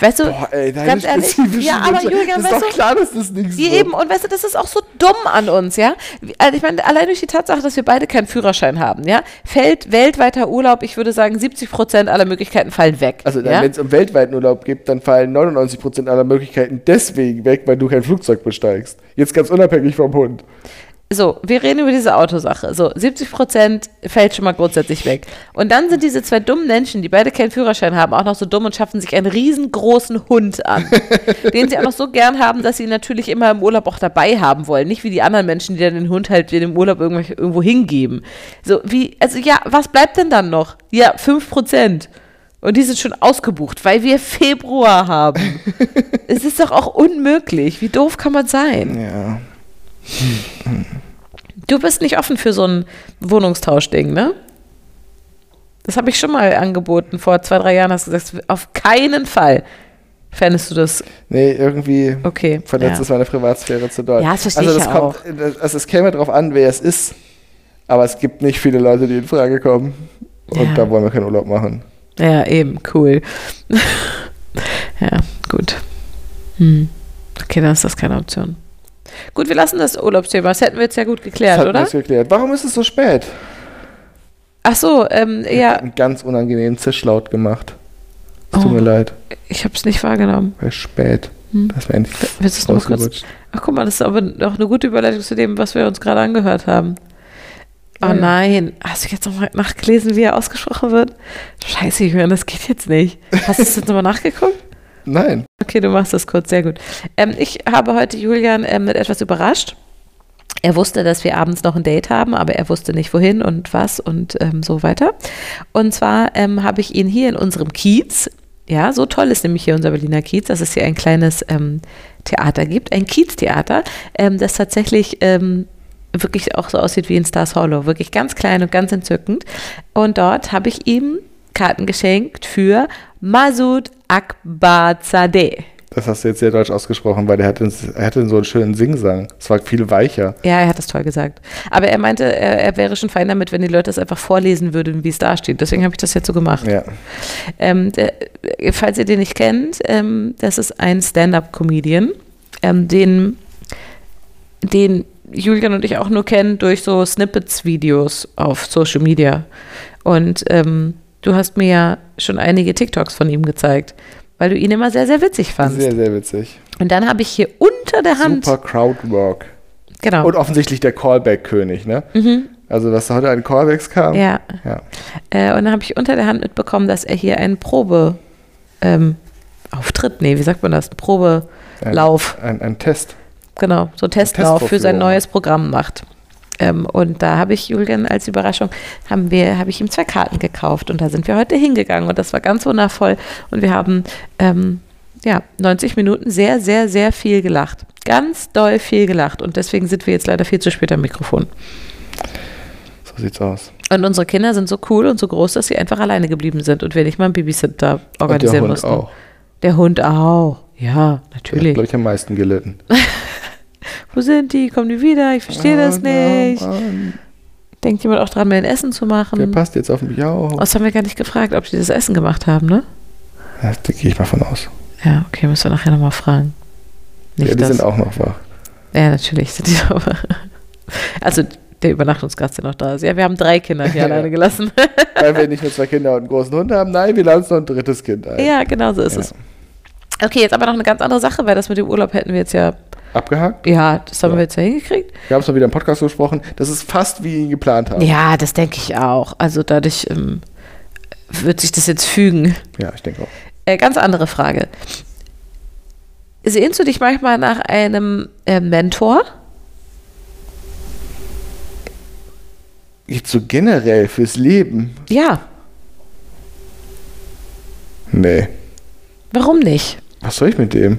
[SPEAKER 5] Weißt du,
[SPEAKER 4] Boah, ey, deine
[SPEAKER 5] Also, ganz ehrlich,
[SPEAKER 4] spezifischen
[SPEAKER 5] ja, aber
[SPEAKER 4] Wünsche.
[SPEAKER 5] Julian,
[SPEAKER 4] das ist
[SPEAKER 5] weißt
[SPEAKER 4] doch
[SPEAKER 5] du,
[SPEAKER 4] klar, dass das nichts
[SPEAKER 5] Die
[SPEAKER 4] wird.
[SPEAKER 5] eben, und weißt du, das ist auch so dumm an uns, ja? Wie- Also ich meine, allein durch die Tatsache, dass wir beide keinen Führerschein haben, ja, fällt weltweiter Urlaub, ich würde sagen, 70 Prozent aller Möglichkeiten fallen weg.
[SPEAKER 4] Also
[SPEAKER 5] ja?
[SPEAKER 4] wenn es um weltweiten Urlaub geht, dann fallen 99% aller Möglichkeiten deswegen weg, weil du kein Flugzeug besteigst. Jetzt ganz unabhängig vom Hund.
[SPEAKER 5] So, wir reden über diese Autosache. So, 70 Prozent fällt schon mal grundsätzlich weg. Und dann sind diese zwei dummen Menschen, die beide keinen Führerschein haben, auch noch so dumm und schaffen sich einen riesengroßen Hund an. den sie auch noch so gern haben, dass sie ihn natürlich immer im Urlaub auch dabei haben wollen. Nicht wie die anderen Menschen, die dann den Hund halt in dem Urlaub irgendwelche- irgendwo hingeben. So, wie, also ja, was bleibt denn dann noch? Ja, 5 Prozent. Und die sind schon ausgebucht, weil wir Februar haben. es ist doch auch unmöglich. Wie doof kann man sein?
[SPEAKER 4] Ja.
[SPEAKER 5] Du bist nicht offen für so ein Wohnungstauschding, ne? Das habe ich schon mal angeboten vor zwei, drei Jahren. Hast du gesagt, auf keinen Fall fändest du das
[SPEAKER 4] Nee, irgendwie
[SPEAKER 5] okay.
[SPEAKER 4] verletzt
[SPEAKER 5] ja.
[SPEAKER 4] es meine Privatsphäre zu doll.
[SPEAKER 5] Ja, das verstehe
[SPEAKER 4] also
[SPEAKER 5] ich
[SPEAKER 4] das
[SPEAKER 5] ja
[SPEAKER 4] kommt, Das, also es käme drauf an, wer es ist. Aber es gibt nicht viele Leute, die in Frage kommen. Und
[SPEAKER 5] Ja.
[SPEAKER 4] da wollen wir keinen Urlaub machen.
[SPEAKER 5] ja, eben, cool. ja, gut. Hm. Okay, dann ist das keine Option. Gut, wir lassen das Urlaubsthema. Das hätten wir jetzt ja gut
[SPEAKER 4] Das
[SPEAKER 5] geklärt,
[SPEAKER 4] hat
[SPEAKER 5] oder?
[SPEAKER 4] uns geklärt. Warum ist es so spät?
[SPEAKER 5] Ach so, ähm,
[SPEAKER 4] Hat
[SPEAKER 5] ja,
[SPEAKER 4] Einen ganz unangenehmen Zischlaut gemacht. Es
[SPEAKER 5] Oh. Hm.
[SPEAKER 4] tut mir leid.
[SPEAKER 5] ich habe es nicht wahrgenommen.
[SPEAKER 4] Weil spät. Das war endlich
[SPEAKER 5] Willst du es nochmal kurz
[SPEAKER 4] ausgerutscht.
[SPEAKER 5] Ach, guck mal, das ist aber noch eine gute Überleitung zu dem, was wir uns gerade angehört haben. Oh nein, hast du jetzt nochmal nachgelesen, wie er ausgesprochen wird? Scheiße, Jürgen, das geht jetzt nicht. Hast du es jetzt nochmal nachgeguckt?
[SPEAKER 4] Nein.
[SPEAKER 5] Okay, du machst das kurz, sehr gut. Ähm, ich habe heute Julian ähm, mit etwas überrascht. Er wusste, dass wir abends noch ein Date haben, aber er wusste nicht wohin und was und ähm, so weiter. Und zwar ähm, habe ich ihn hier in unserem Kiez, ja, so toll ist nämlich hier unser Berliner Kiez, dass es hier ein kleines ähm, Theater gibt, ein Kieztheater, ähm, das tatsächlich ähm, wirklich auch so aussieht wie in Stars Hollow, wirklich ganz klein und ganz entzückend. Und dort habe ich ihm Karten geschenkt für Masud Akbar Zadeh.
[SPEAKER 4] Das hast du jetzt sehr deutsch ausgesprochen, weil der hatte, er hatte so einen schönen Singsang. Es war viel weicher.
[SPEAKER 5] Ja, er hat das toll gesagt. Aber er meinte, er, er wäre schon fein damit, wenn die Leute das einfach vorlesen würden, wie es da steht. Deswegen habe ich das jetzt so gemacht.
[SPEAKER 4] Ja.
[SPEAKER 5] Ähm, der, falls ihr den nicht kennt, ähm, das ist ein Stand-up-Comedian. ähm, den, den Julian und ich auch nur kennen durch so Snippets-Videos auf Social Media. Und ähm, du hast mir ja schon einige TikToks von ihm gezeigt, weil du ihn immer sehr, sehr witzig fandst.
[SPEAKER 4] Sehr, sehr witzig.
[SPEAKER 5] Und dann habe ich hier unter der Hand.
[SPEAKER 4] Super Crowdwork.
[SPEAKER 5] Genau.
[SPEAKER 4] Und offensichtlich der Callback-König, ne? Also, was heute an Callbacks kam.
[SPEAKER 5] Mhm. ja.
[SPEAKER 4] ja.
[SPEAKER 5] Äh, und dann habe ich unter der Hand mitbekommen, dass er hier einen Probe. Ähm, Auftritt? Nee, wie sagt man das? Probelauf.
[SPEAKER 4] Ein, ein Test.
[SPEAKER 5] Genau, so Testlauf für sein
[SPEAKER 4] Testvorführung.
[SPEAKER 5] neues Programm macht. Ähm, und da habe ich Julian als Überraschung, haben wir, habe ich ihm zwei Karten gekauft und da sind wir heute hingegangen und das war ganz wundervoll und wir haben ähm, ja 90 Minuten sehr, sehr, sehr viel gelacht. Ganz doll viel gelacht und deswegen sind wir jetzt leider viel zu spät am Mikrofon.
[SPEAKER 4] So sieht's aus.
[SPEAKER 5] Und unsere Kinder sind so cool und so groß, dass sie einfach alleine geblieben sind und wir nicht mal einen Babysitter organisieren
[SPEAKER 4] Hund
[SPEAKER 5] mussten.
[SPEAKER 4] auch.
[SPEAKER 5] Der Hund auch. Ja,
[SPEAKER 4] Der hat,
[SPEAKER 5] natürlich.
[SPEAKER 4] glaube ich, am meisten gelitten.
[SPEAKER 5] Wo sind die? Kommen die wieder? Ich verstehe das nicht. Hm. Denkt jemand auch dran, mir ein Essen zu
[SPEAKER 4] Der
[SPEAKER 5] machen?
[SPEAKER 4] passt jetzt auf mich auf.
[SPEAKER 5] Das haben wir gar nicht gefragt, ob die das Essen gemacht haben, ne?
[SPEAKER 4] Ja, da gehe ich mal von aus.
[SPEAKER 5] Ja, okay, müssen wir nachher nochmal fragen. Nicht
[SPEAKER 4] Ja, die
[SPEAKER 5] das.
[SPEAKER 4] sind auch noch wach.
[SPEAKER 5] ja, natürlich sind die aber. Also der Übernachtungsgast, der noch da ist. Ja, wir haben drei Kinder hier alleine gelassen.
[SPEAKER 4] Weil wir nicht nur zwei Kinder und einen großen Hund haben. Nein, wir laden uns noch ein drittes Kind ein.
[SPEAKER 5] ja, genau so ist
[SPEAKER 4] Ja.
[SPEAKER 5] es. Okay, jetzt aber noch eine ganz andere Sache, weil das mit dem Urlaub hätten wir jetzt ja.
[SPEAKER 4] Abgehakt.
[SPEAKER 5] Ja, das haben
[SPEAKER 4] Ja.
[SPEAKER 5] wir jetzt ja hingekriegt.
[SPEAKER 4] Wir haben es mal wieder im Podcast gesprochen. Das ist fast wie wir ihn geplant haben.
[SPEAKER 5] Ja, das denke ich auch. Also dadurch ähm, wird sich das jetzt fügen.
[SPEAKER 4] Ja, ich denke auch.
[SPEAKER 5] Äh, ganz andere Frage. Sehnst du dich manchmal nach einem äh, Mentor?
[SPEAKER 4] Jetzt so generell fürs Leben?
[SPEAKER 5] Ja,
[SPEAKER 4] Nee.
[SPEAKER 5] warum nicht?
[SPEAKER 4] Was soll ich mit dem?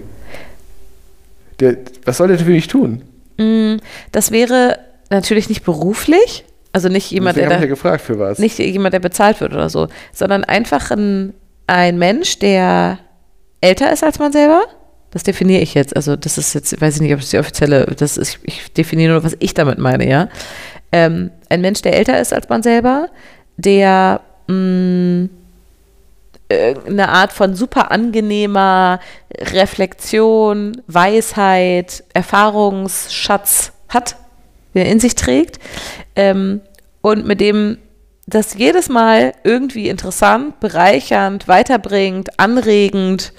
[SPEAKER 4] Der, was soll der für mich tun?
[SPEAKER 5] Das wäre natürlich nicht beruflich, also nicht jemand,
[SPEAKER 4] Deswegen
[SPEAKER 5] der
[SPEAKER 4] habe
[SPEAKER 5] da,
[SPEAKER 4] ich ja gefragt, für was.
[SPEAKER 5] nicht jemand, der bezahlt wird oder so, sondern einfach ein, ein Mensch, der älter ist als man selber. Das definiere ich jetzt. Also das ist jetzt, weiß ich nicht, ob das die offizielle, das ist, ich definiere nur, was ich damit meine, ja. Ähm, ein Mensch, der älter ist als man selber, der mm, mh, eine Art von super angenehmer Reflexion, Weisheit, Erfahrungsschatz hat, der in sich trägt ähm, und mit dem das jedes Mal irgendwie interessant, bereichernd, weiterbringt, anregend,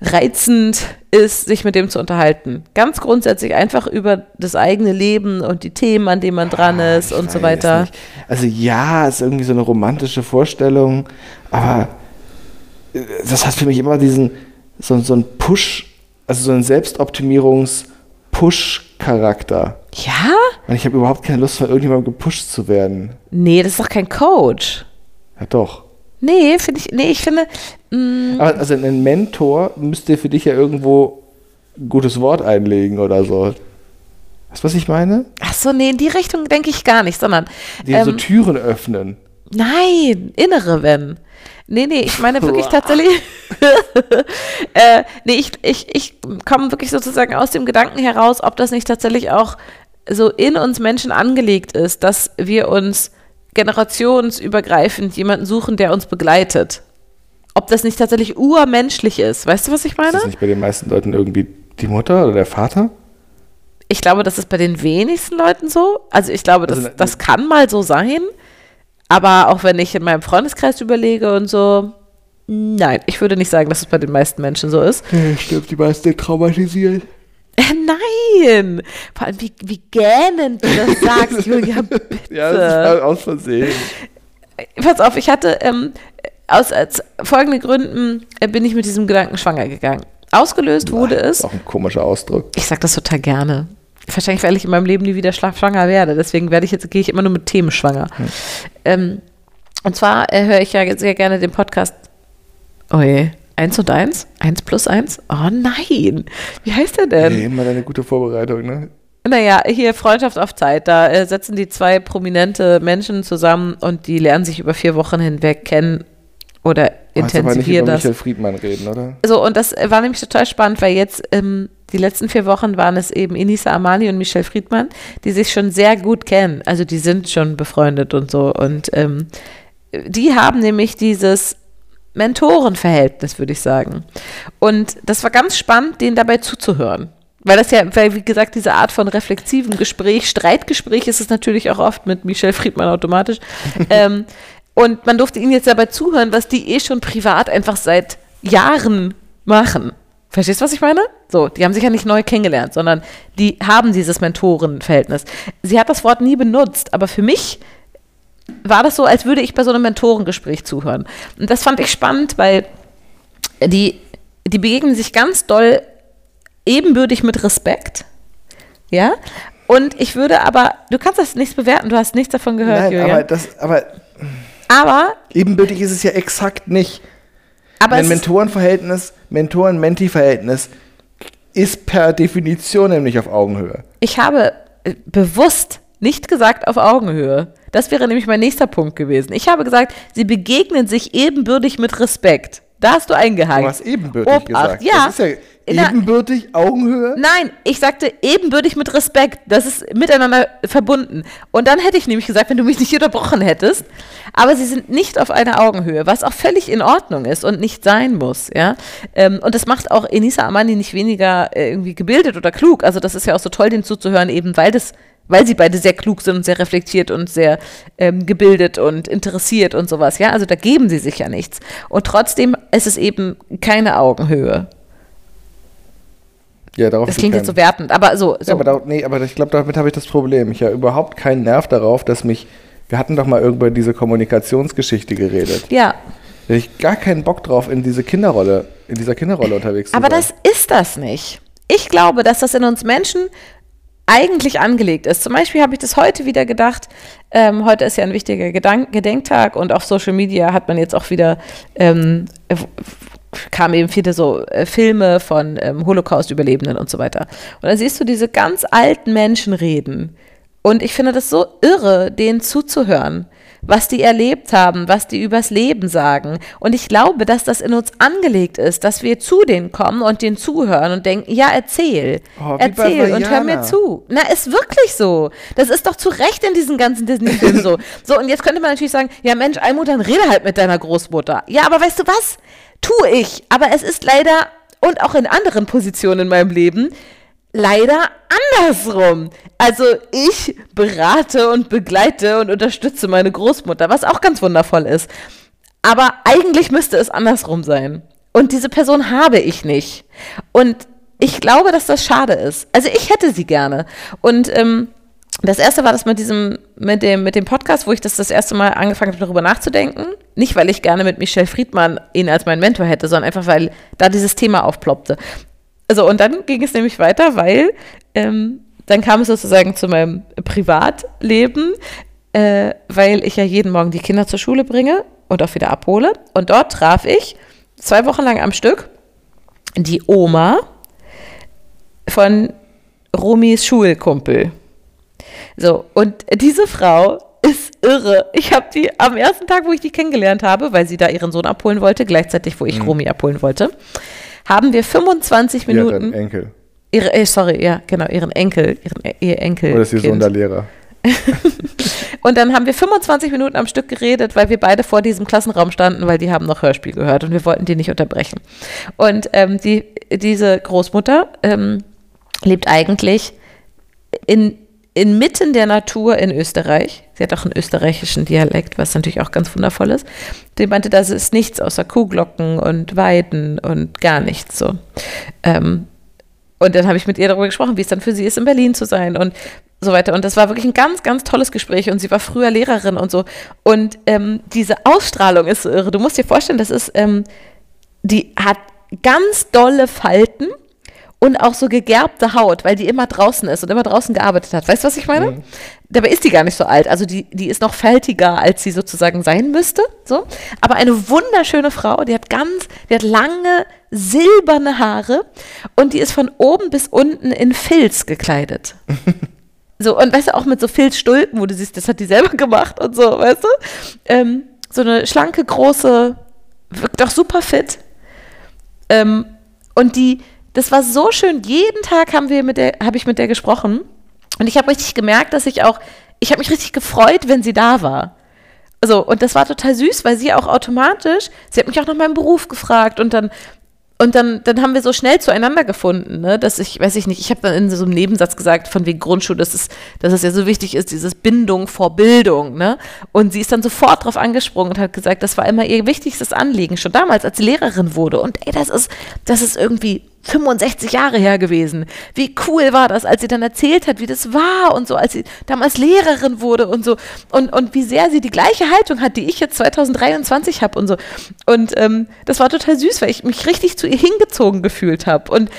[SPEAKER 5] reizend ist, sich mit dem zu unterhalten. Ganz grundsätzlich einfach über das eigene Leben und die Themen, an denen man dran ist
[SPEAKER 4] Ah, Ich
[SPEAKER 5] und so
[SPEAKER 4] weiß
[SPEAKER 5] weiter.
[SPEAKER 4] nicht. Also ja, ist irgendwie so eine romantische Vorstellung, aber äh, das hat für mich immer diesen, so, so einen Push, also so einen Selbstoptimierungs-Push-Charakter.
[SPEAKER 5] Ja?
[SPEAKER 4] Und ich habe überhaupt keine Lust, von irgendjemandem gepusht zu werden.
[SPEAKER 5] Nee, das ist doch kein Coach.
[SPEAKER 4] Ja doch.
[SPEAKER 5] Nee, finde ich, nee, ich finde, mm, mh,
[SPEAKER 4] Aber also ein Mentor müsste für dich ja irgendwo ein gutes Wort einlegen oder so. Weißt du, was ich meine?
[SPEAKER 5] ach so, nee, in die Richtung denke ich gar nicht, sondern,
[SPEAKER 4] Die so
[SPEAKER 5] ähm,
[SPEAKER 4] Türen öffnen.
[SPEAKER 5] nein, innere wenn. Nee, nee, ich meine wirklich tatsächlich, äh, nee, ich, ich, ich komme wirklich sozusagen aus dem Gedanken heraus, ob das nicht tatsächlich auch so in uns Menschen angelegt ist, dass wir uns generationsübergreifend jemanden suchen, der uns begleitet. Ob das nicht tatsächlich urmenschlich ist. Weißt du, was ich
[SPEAKER 4] Ist
[SPEAKER 5] meine?
[SPEAKER 4] das nicht bei den meisten Leuten irgendwie die Mutter oder der Vater?
[SPEAKER 5] ich glaube, das ist bei den wenigsten Leuten so. Also ich glaube, das,
[SPEAKER 4] Also, ne-
[SPEAKER 5] das kann mal so sein. Aber auch wenn ich in meinem Freundeskreis überlege und so, nein, ich würde nicht sagen, dass es bei den meisten Menschen so ist. Äh,
[SPEAKER 4] Stimmt, die meisten traumatisiert.
[SPEAKER 5] Nein! Vor allem, wie, wie gähnend du das sagst, Julia, bitte.
[SPEAKER 4] Ja, das ist mal aus Versehen.
[SPEAKER 5] pass auf, ich hatte ähm, aus, aus folgenden Gründen äh, bin ich mit diesem Gedanken schwanger gegangen. Ausgelöst wurde
[SPEAKER 4] Das
[SPEAKER 5] es
[SPEAKER 4] ist auch ein komischer Ausdruck.
[SPEAKER 5] Ich sag das total gerne. Wahrscheinlich, weil ich in meinem Leben nie wieder schla- schwanger werde. Deswegen werde ich jetzt, gehe ich immer nur mit Themen schwanger.
[SPEAKER 4] Hm.
[SPEAKER 5] Ähm, und zwar äh, höre ich ja sehr gerne den Podcast. Oh je. Eins und eins? Eins plus eins? Oh nein. Wie heißt der denn?
[SPEAKER 4] Nee, immer eine gute Vorbereitung, ne?
[SPEAKER 5] Naja, hier Freundschaft auf Zeit. Da äh, setzen die zwei prominente Menschen zusammen und die lernen sich über vier Wochen hinweg kennen oder
[SPEAKER 4] Wolltest aber nicht
[SPEAKER 5] intensivieren
[SPEAKER 4] über
[SPEAKER 5] das.
[SPEAKER 4] Michael Friedmann reden, oder?
[SPEAKER 5] So, und das äh, war nämlich total spannend, weil jetzt ähm, die letzten vier Wochen waren es eben Inisa Amani und Michelle Friedmann, die sich schon sehr gut kennen. Also die sind schon befreundet und so. Und ähm, die haben nämlich dieses Mentorenverhältnis, würde ich sagen. Und das war ganz spannend, denen dabei zuzuhören. Weil das ja, weil wie gesagt, diese Art von reflexivem Gespräch, Streitgespräch ist es natürlich auch oft mit Michel Friedmann automatisch. ähm, und man durfte ihnen jetzt dabei zuhören, was die eh schon privat einfach seit Jahren machen. Verstehst du, was ich meine? So, die haben sich ja nicht neu kennengelernt, sondern die haben dieses Mentorenverhältnis. Sie hat das Wort nie benutzt, aber für mich war das so, als würde ich bei so einem Mentorengespräch zuhören. Und das fand ich spannend, weil die, die begegnen sich ganz doll ebenbürtig mit Respekt. Ja? Und ich würde aber, du kannst das nichts bewerten, du hast nichts davon gehört,
[SPEAKER 4] Nein,
[SPEAKER 5] Julian.
[SPEAKER 4] aber, das, aber
[SPEAKER 5] aber,
[SPEAKER 4] ebenbürtig ist es ja exakt nicht.
[SPEAKER 5] aber
[SPEAKER 4] Ein
[SPEAKER 5] es ist,
[SPEAKER 4] Mentorenverhältnis, Mentoren-Menti-Verhältnis ist per Definition nämlich auf Augenhöhe.
[SPEAKER 5] ich habe äh, bewusst nicht gesagt auf Augenhöhe. Das wäre nämlich mein nächster Punkt gewesen. Ich habe gesagt, sie begegnen sich ebenbürtig mit Respekt. Da hast du eingehakt.
[SPEAKER 4] Du hast ebenbürtig
[SPEAKER 5] Obacht,
[SPEAKER 4] gesagt.
[SPEAKER 5] Ja.
[SPEAKER 4] Das ist
[SPEAKER 5] In der-
[SPEAKER 4] ja ebenbürtig, Augenhöhe.
[SPEAKER 5] Nein, ich sagte ebenbürtig mit Respekt. Das ist miteinander verbunden. Und dann hätte ich nämlich gesagt, wenn du mich nicht unterbrochen hättest, aber sie sind nicht auf einer Augenhöhe, was auch völlig in Ordnung ist und nicht sein muss. Ja? Ähm, und das macht auch Enisa Amani nicht weniger äh, irgendwie gebildet oder klug. Also das ist ja auch so toll, denen zuzuhören, eben weil das weil sie beide sehr klug sind und sehr reflektiert und sehr ähm, gebildet und interessiert und sowas, ja, also da geben sie sich ja nichts. Und trotzdem ist es eben keine Augenhöhe.
[SPEAKER 4] Ja, darauf
[SPEAKER 5] Das
[SPEAKER 4] geht
[SPEAKER 5] klingt
[SPEAKER 4] kein-
[SPEAKER 5] jetzt so wertend, aber so. so.
[SPEAKER 4] Ja, aber, da, nee, aber ich glaube, damit habe ich das Problem. Ich habe überhaupt keinen Nerv darauf, dass mich. Wir hatten doch mal irgendwo über diese Kommunikationsgeschichte geredet.
[SPEAKER 5] Ja,
[SPEAKER 4] Da hab ich gar keinen Bock drauf, in diese Kinderrolle, in dieser Kinderrolle unterwegs zu
[SPEAKER 5] aber
[SPEAKER 4] sein.
[SPEAKER 5] das ist das nicht. Ich glaube, dass das in uns Menschen eigentlich angelegt ist. Zum Beispiel habe ich das heute wieder gedacht. Ähm, heute ist ja ein wichtiger Gedank Gedenktag und auf Social Media hat man jetzt auch wieder ähm, w- w- kamen eben viele so äh, Filme von ähm, Holocaust-Überlebenden und so weiter. Und dann siehst du diese ganz alten Menschen reden. Und ich finde das so irre, denen zuzuhören, was die erlebt haben, was die übers Leben sagen. Und ich glaube, dass das in uns angelegt ist, dass wir zu denen kommen und denen zuhören und denken, ja, erzähl,
[SPEAKER 4] Oh, wie bei
[SPEAKER 5] erzähl und hör mir
[SPEAKER 4] Vajana.
[SPEAKER 5] zu. Na, ist wirklich so. Das ist doch zu Recht in diesen ganzen Disney-Filmen so. So, und jetzt könnte man natürlich sagen, ja Mensch, Almut, dann rede halt mit deiner Großmutter. Ja, aber weißt du was? Tue ich. Aber es ist leider, und auch in anderen Positionen in meinem Leben, leider andersrum. Also ich berate und begleite und unterstütze meine Großmutter, was auch ganz wundervoll ist. Aber eigentlich müsste es andersrum sein. Und diese Person habe ich nicht. Und ich glaube, dass das schade ist. Also ich hätte sie gerne. Und ähm, das erste war das mit diesem, mit dem, mit dem Podcast, wo ich das das erste Mal angefangen habe, darüber nachzudenken. Nicht, weil ich gerne mit Michel Friedmann ihn als meinen Mentor hätte, sondern einfach, weil da dieses Thema aufploppte. Also und dann ging es nämlich weiter, weil ähm, dann kam es sozusagen zu meinem Privatleben, äh, weil ich ja jeden Morgen die Kinder zur Schule bringe und auch wieder abhole. Und dort traf ich zwei Wochen lang am Stück die Oma von Romis Schulkumpel. So, und diese Frau ist irre. Ich habe die am ersten Tag, wo ich die kennengelernt habe, weil sie da ihren Sohn abholen wollte, gleichzeitig, wo ich Romi abholen wollte, haben wir
[SPEAKER 4] Ja,
[SPEAKER 5] 25
[SPEAKER 4] dein
[SPEAKER 5] Minuten.
[SPEAKER 4] Enkel.
[SPEAKER 5] Ihre, äh, sorry, ja, genau, ihren Enkel, ihren, äh, ihr Enkel.
[SPEAKER 4] Oder ist ihr Sohn
[SPEAKER 5] Kind.
[SPEAKER 4] der Lehrer?
[SPEAKER 5] Und dann haben wir 25 Minuten am Stück geredet, weil wir beide vor diesem Klassenraum standen, weil die haben noch Hörspiel gehört und wir wollten die nicht unterbrechen. Und ähm, die, diese Großmutter ähm, lebt eigentlich in, inmitten der Natur in Österreich. Sie hat auch einen österreichischen Dialekt, was natürlich auch ganz wundervoll ist. Die meinte, das ist nichts außer Kuhglocken und Weiden und gar nichts so. Ähm, und dann habe ich mit ihr darüber gesprochen, wie es dann für sie ist, in Berlin zu sein und so weiter. Und das war wirklich ein ganz, ganz tolles Gespräch. Und sie war früher Lehrerin und so. Und ähm, diese Ausstrahlung ist so irre. Du musst dir vorstellen, das ist, ähm, die hat ganz dolle Falten und auch so gegerbte Haut, weil die immer draußen ist und immer draußen gearbeitet hat. Weißt du, was ich meine? Dabei ist die gar nicht so alt. Also die, die ist noch faltiger, als sie sozusagen sein müsste. So. Aber eine wunderschöne Frau, die hat ganz, die hat lange silberne Haare und die ist von oben bis unten in Filz gekleidet. So, und weißt du, auch mit so Filzstulpen, wo du siehst, das hat die selber gemacht und so, weißt du? Ähm, so eine schlanke, große, wirkt auch super fit. Ähm, und die, das war so schön. Jeden Tag haben wir mit der, habe ich mit der gesprochen. Und ich habe richtig gemerkt, dass ich auch, ich habe mich richtig gefreut, wenn sie da war. So, und das war total süß, weil sie auch automatisch, sie hat mich auch nach meinem Beruf gefragt und dann und dann, dann haben wir so schnell zueinander gefunden, ne? dass ich, weiß ich nicht, ich habe dann in so einem Nebensatz gesagt, von wegen Grundschule, dass es, dass es ja so wichtig ist, dieses Bindung vor Bildung. Ne? Und sie ist dann sofort drauf angesprungen und hat gesagt, das war immer ihr wichtigstes Anliegen, schon damals, als sie Lehrerin wurde. Und ey, das ist, das ist irgendwie 65 Jahre her gewesen. Wie cool war das, als sie dann erzählt hat, wie das war und so, als sie damals Lehrerin wurde und so. Und, und wie sehr sie die gleiche Haltung hat, die ich jetzt 2023 habe und so. Und ähm, das war total süß, weil ich mich richtig zu ihr hingezogen gefühlt habe und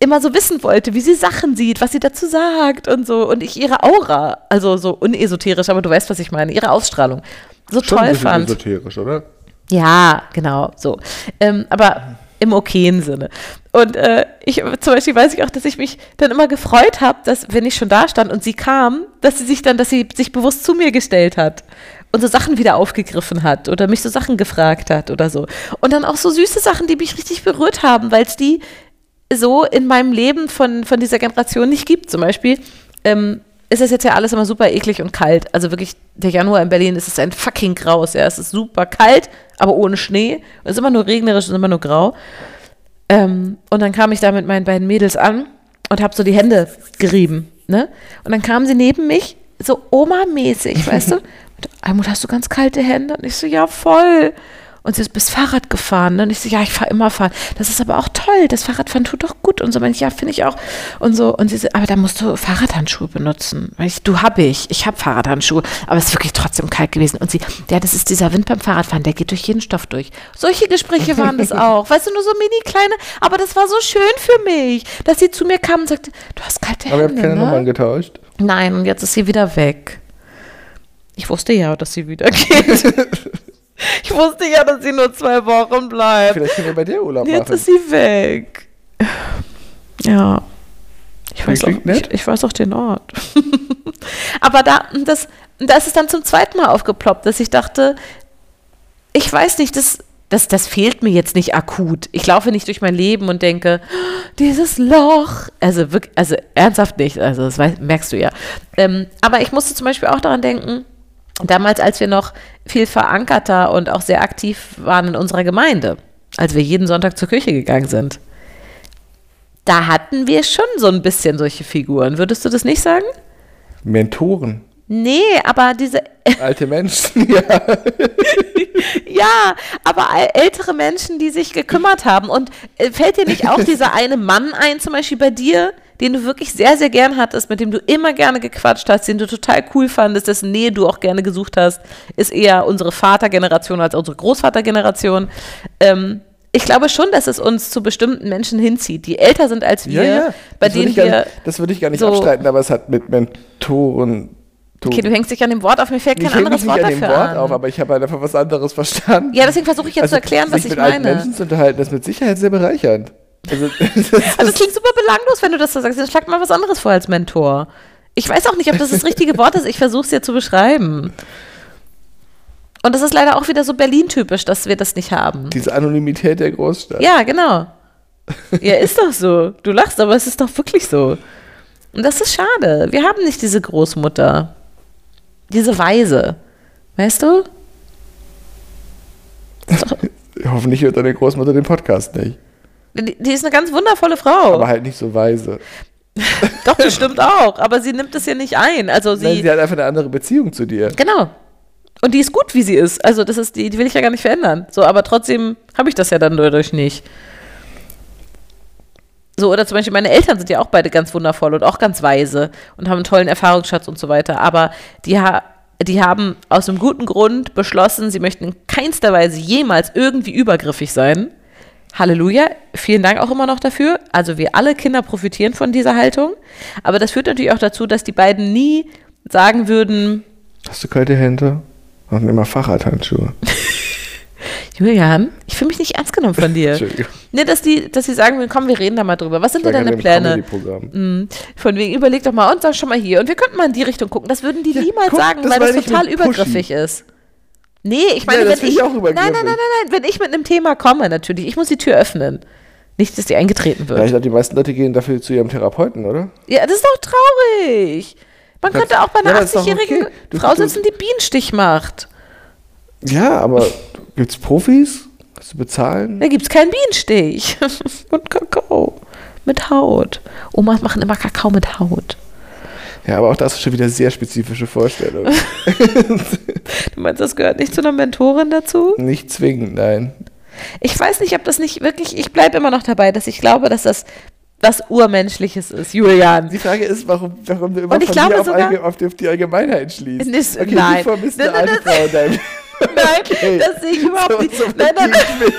[SPEAKER 5] immer so wissen wollte, wie sie Sachen sieht, was sie dazu sagt und so. Und ich ihre Aura, also so unesoterisch, aber du weißt, was ich meine, ihre Ausstrahlung, so
[SPEAKER 4] Schon ein
[SPEAKER 5] toll
[SPEAKER 4] bisschen
[SPEAKER 5] fand.
[SPEAKER 4] esoterisch, oder?
[SPEAKER 5] Ja, genau, so. Ähm, aber im okayen Sinne. Und äh, ich zum Beispiel weiß ich auch, dass ich mich dann immer gefreut habe, dass, wenn ich schon da stand und sie kam, dass sie sich dann, dass sie sich bewusst zu mir gestellt hat und so Sachen wieder aufgegriffen hat oder mich so Sachen gefragt hat oder so. Und dann auch so süße Sachen, die mich richtig berührt haben, weil es die so in meinem Leben von, von dieser Generation nicht gibt. Zum Beispiel ähm, ist es jetzt ja alles immer super eklig und kalt. Also wirklich, der Januar in Berlin ist es ein fucking Graus. Ja. Es ist super kalt, aber ohne Schnee. Es ist immer nur regnerisch und immer nur grau. Ähm, und dann kam ich da mit meinen beiden Mädels an und habe so die Hände gerieben. Ne? Und dann kamen sie neben mich, so Oma-mäßig, weißt du? Und, Almut, hast du ganz kalte Hände? Und ich so, ja, voll. Und sie ist bis Fahrrad gefahren. Ne? Und ich so, ja, ich fahre immer Fahrrad. Das ist aber auch toll. Das Fahrradfahren tut doch gut. Und so, meine ich, ja, finde ich auch. Und so, und sie so, aber da musst du Fahrradhandschuhe benutzen. Weil ich, du habe ich. Ich habe Fahrradhandschuhe. Aber es ist wirklich trotzdem kalt gewesen. Und sie, ja, das ist dieser Wind beim Fahrradfahren. Der geht durch jeden Stoff durch. Solche Gespräche waren das auch. Weißt du, nur so mini kleine. Aber das war so schön für mich, dass sie zu mir kam und sagte, du hast kalte
[SPEAKER 4] Aber ihr habt
[SPEAKER 5] Hände.
[SPEAKER 4] keine
[SPEAKER 5] ne?
[SPEAKER 4] Nummern getauscht.
[SPEAKER 5] Nein, und jetzt ist sie wieder weg. Ich wusste ja, dass sie wieder geht. ich wusste ja, dass sie nur zwei Wochen bleibt.
[SPEAKER 4] Vielleicht können wir bei dir Urlaub
[SPEAKER 5] Jetzt
[SPEAKER 4] machen.
[SPEAKER 5] ist sie weg. Ja. Ich weiß, auch,
[SPEAKER 4] Klingt nett.
[SPEAKER 5] ich, ich weiß auch den Ort. Aber da, das, das ist dann zum zweiten Mal aufgeploppt, dass ich dachte, ich weiß nicht, das, das, das fehlt mir jetzt nicht akut. Ich laufe nicht durch mein Leben und denke, dieses Loch. Also, wirklich, also ernsthaft nicht. Also, das weiß, merkst du ja. Ähm, aber ich musste zum Beispiel auch daran denken, damals, als wir noch viel verankerter und auch sehr aktiv waren in unserer Gemeinde, als wir jeden Sonntag zur Kirche gegangen sind. Da hatten wir schon so ein bisschen solche Figuren. Würdest du das nicht sagen?
[SPEAKER 4] Mentoren.
[SPEAKER 5] Nee, aber diese
[SPEAKER 4] Alte Menschen, ja.
[SPEAKER 5] Ja, aber äl- ältere Menschen, die sich gekümmert haben. Und äh, fällt dir nicht auch dieser eine Mann ein, zum Beispiel bei dir, den du wirklich sehr, sehr gern hattest, mit dem du immer gerne gequatscht hast, den du total cool fandest, dessen Nähe du auch gerne gesucht hast, ist eher unsere Vatergeneration als unsere Großvatergeneration. Ähm, ich glaube schon, dass es uns zu bestimmten Menschen hinzieht, die älter sind als wir, bei
[SPEAKER 4] das würde
[SPEAKER 5] denen
[SPEAKER 4] ich gar
[SPEAKER 5] wir.
[SPEAKER 4] nicht, das würde ich gar nicht
[SPEAKER 5] so-
[SPEAKER 4] abstreiten, aber es hat mit Mentoren.
[SPEAKER 5] Okay, du hängst dich an dem Wort auf, mir fällt kein
[SPEAKER 4] ich häng mich
[SPEAKER 5] anderes
[SPEAKER 4] nicht
[SPEAKER 5] Wort
[SPEAKER 4] an
[SPEAKER 5] dafür
[SPEAKER 4] dem Wort
[SPEAKER 5] an.
[SPEAKER 4] auf, aber ich habe halt einfach was anderes verstanden. Also
[SPEAKER 5] ja, deswegen versuche ich jetzt zu erklären, was
[SPEAKER 4] sich
[SPEAKER 5] ich
[SPEAKER 4] mit alten
[SPEAKER 5] meine.
[SPEAKER 4] Menschen zu unterhalten, ist mit Sicherheit sehr bereichernd. Also, das ist-
[SPEAKER 5] Also das klingt super belanglos, wenn du das so sagst. Dann schlag mal was anderes vor als Mentor. Ich weiß auch nicht, ob das das richtige Wort ist. Ich versuche es dir zu beschreiben. Und das ist leider auch wieder so Berlin-typisch, dass wir das nicht haben.
[SPEAKER 4] diese Anonymität der Großstadt.
[SPEAKER 5] Ja, genau. Ja, ist doch so. Du lachst, aber es ist doch wirklich so. Und das ist schade. Wir haben nicht diese Großmutter. Diese Weise. Weißt du?
[SPEAKER 4] Hoffentlich hört deine Großmutter den Podcast nicht.
[SPEAKER 5] Die, die ist eine ganz wundervolle Frau.
[SPEAKER 4] Aber halt nicht so weise.
[SPEAKER 5] doch, bestimmt auch. Aber sie nimmt es ja nicht ein. Also sie,
[SPEAKER 4] Nein, sie hat einfach eine andere Beziehung zu dir.
[SPEAKER 5] Genau. Und die ist gut, wie sie ist. Also das ist die, die will ich ja gar nicht verändern. So, aber trotzdem habe ich das ja dann dadurch nicht. So, oder zum Beispiel meine Eltern sind ja auch beide ganz wundervoll und auch ganz weise und haben einen tollen Erfahrungsschatz und so weiter. Aber die, ha die haben aus einem guten Grund beschlossen, sie möchten in keinster Weise jemals irgendwie übergriffig sein. Halleluja, vielen Dank auch immer noch dafür. Also wir alle Kinder profitieren von dieser Haltung. Aber das führt natürlich auch dazu, dass die beiden nie sagen würden,
[SPEAKER 4] Hast du kalte Hände? Und nimm mal Fahrradhandschuhe.
[SPEAKER 5] Julian, ich fühle mich nicht ernst genommen von dir.
[SPEAKER 4] Entschuldigung.
[SPEAKER 5] ne, dass die, dass die sagen, komm, wir reden da mal drüber. Was sind denn deine Pläne?
[SPEAKER 4] Pläne?
[SPEAKER 5] Hm, Von wegen, überleg doch mal und sag schon mal hier. Und wir könnten mal in die Richtung gucken. Das würden die niemals
[SPEAKER 4] guck,
[SPEAKER 5] sagen,
[SPEAKER 4] das
[SPEAKER 5] weil das
[SPEAKER 4] meine ich
[SPEAKER 5] total
[SPEAKER 4] mit pushen.
[SPEAKER 5] übergriffig ist. Nee, ich
[SPEAKER 4] Ja,
[SPEAKER 5] meine,
[SPEAKER 4] das
[SPEAKER 5] wenn
[SPEAKER 4] finde ich auch
[SPEAKER 5] nein, nein, nein, nein,
[SPEAKER 4] übergriffig.
[SPEAKER 5] nein, wenn ich mit einem Thema komme, natürlich, ich muss die Tür öffnen. Nicht, dass die eingetreten
[SPEAKER 4] Ja, ich
[SPEAKER 5] wird.
[SPEAKER 4] glaube, die meisten Leute gehen dafür zu ihrem Therapeuten, oder?
[SPEAKER 5] Ja, das ist doch traurig. Man könnte auch bei
[SPEAKER 4] Ja,
[SPEAKER 5] einer
[SPEAKER 4] aber ist doch
[SPEAKER 5] 80-jährigen
[SPEAKER 4] okay. Du-
[SPEAKER 5] Frau
[SPEAKER 4] du-
[SPEAKER 5] sitzen, die Bienenstich macht.
[SPEAKER 4] Ja, aber gibt's Profis? Kannst du bezahlen?
[SPEAKER 5] Da gibt es keinen Bienenstich. Und Kakao mit Haut. Omas machen immer Kakao mit Haut.
[SPEAKER 4] Ja, aber auch das ist schon wieder sehr spezifische Vorstellung.
[SPEAKER 5] Du meinst, das gehört nicht zu einer Mentorin dazu?
[SPEAKER 4] Nicht zwingend, nein.
[SPEAKER 5] Ich weiß nicht, ob das nicht wirklich, ich bleibe immer noch dabei, dass ich glaube, dass das was Urmenschliches ist, Julian.
[SPEAKER 4] Die Frage ist, warum, warum du immer
[SPEAKER 5] Und ich
[SPEAKER 4] von
[SPEAKER 5] glaube
[SPEAKER 4] mir auf,
[SPEAKER 5] sogar-
[SPEAKER 4] allge- auf die, auf die Allgemeinheit schließt.
[SPEAKER 5] Nicht-
[SPEAKER 4] okay,
[SPEAKER 5] nein.
[SPEAKER 4] du vermisst
[SPEAKER 5] Nein,
[SPEAKER 4] eine alte
[SPEAKER 5] nein,
[SPEAKER 4] Frau in deinem...
[SPEAKER 5] Nein, das sehe ich überhaupt
[SPEAKER 4] So-
[SPEAKER 5] nicht.
[SPEAKER 4] so
[SPEAKER 5] nein,
[SPEAKER 4] gehe
[SPEAKER 5] nein, nein,
[SPEAKER 4] ich mit.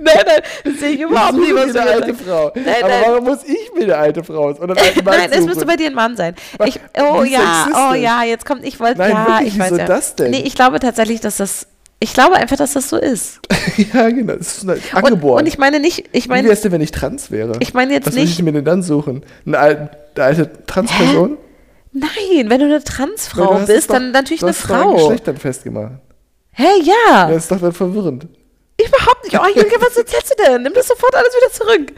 [SPEAKER 5] nein, nein, das sehe ich überhaupt
[SPEAKER 4] Ich
[SPEAKER 5] nicht.
[SPEAKER 4] suche
[SPEAKER 5] was
[SPEAKER 4] mir
[SPEAKER 5] du
[SPEAKER 4] eine alte
[SPEAKER 5] sagst.
[SPEAKER 4] Frau.
[SPEAKER 5] Nein,
[SPEAKER 4] aber
[SPEAKER 5] nein.
[SPEAKER 4] warum muss ich mir eine alte Frau und einen alten Mann
[SPEAKER 5] Nein, das
[SPEAKER 4] suchen?
[SPEAKER 5] müsste bei dir ein Mann sein. Ich,
[SPEAKER 4] Wie
[SPEAKER 5] oh ja,
[SPEAKER 4] sexistisch.
[SPEAKER 5] oh ja, jetzt kommt, ich wollte,
[SPEAKER 4] Nein,
[SPEAKER 5] ja,
[SPEAKER 4] wirklich,
[SPEAKER 5] ich weiß
[SPEAKER 4] wieso
[SPEAKER 5] ja.
[SPEAKER 4] das denn?
[SPEAKER 5] Nee, ich glaube tatsächlich, dass das, ich glaube einfach, dass das so ist.
[SPEAKER 4] Ja, genau. Das ist eine-
[SPEAKER 5] Und,
[SPEAKER 4] angeboren.
[SPEAKER 5] und ich meine nicht, ich
[SPEAKER 4] Wie
[SPEAKER 5] meine,
[SPEAKER 4] wär's denn, wenn ich trans wäre?
[SPEAKER 5] Ich meine jetzt
[SPEAKER 4] Was Was
[SPEAKER 5] nicht-
[SPEAKER 4] würde ich mir denn dann suchen? Eine alte, eine alte Transperson?
[SPEAKER 5] nein, wenn du eine
[SPEAKER 4] Weil du
[SPEAKER 5] Transfrau
[SPEAKER 4] hast es
[SPEAKER 5] bist,
[SPEAKER 4] doch-
[SPEAKER 5] dann natürlich
[SPEAKER 4] du
[SPEAKER 5] eine
[SPEAKER 4] hast es doch an
[SPEAKER 5] Frau. Ah.
[SPEAKER 4] Geschlecht dann festgemacht.
[SPEAKER 5] Hey, ja.
[SPEAKER 4] Das ist doch dann verwirrend.
[SPEAKER 5] Überhaupt nicht. Oh, Jürgen, was erzählst du denn? Nimm das sofort alles wieder zurück.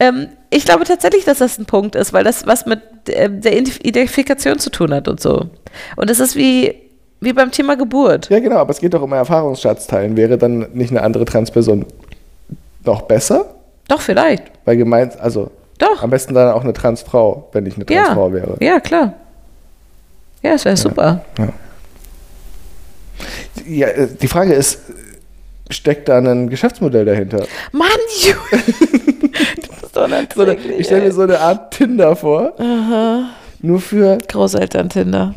[SPEAKER 5] Ähm, ich glaube tatsächlich, dass das ein Punkt ist, weil das was mit ähm, der Identif- Identifikation zu tun hat und so. Und das ist wie, wie beim Thema Geburt.
[SPEAKER 4] Ja, genau, aber es geht doch um Erfahrungsschatz teilen. Wäre dann nicht eine andere Transperson noch besser?
[SPEAKER 5] Doch, vielleicht.
[SPEAKER 4] Weil gemeint, also
[SPEAKER 5] Doch.
[SPEAKER 4] am besten dann auch eine Transfrau, wenn ich eine
[SPEAKER 5] ja.
[SPEAKER 4] Transfrau wäre.
[SPEAKER 5] Ja, klar. Ja, es wäre super.
[SPEAKER 4] Ja, äh, die Frage ist, steckt da ein Geschäftsmodell dahinter?
[SPEAKER 5] Mann, Jürgen. das ist doch
[SPEAKER 4] So eine,
[SPEAKER 5] unerträglich,
[SPEAKER 4] ich stelle
[SPEAKER 5] ey.
[SPEAKER 4] mir so eine Art Tinder vor, nur für
[SPEAKER 5] Großeltern-Tinder.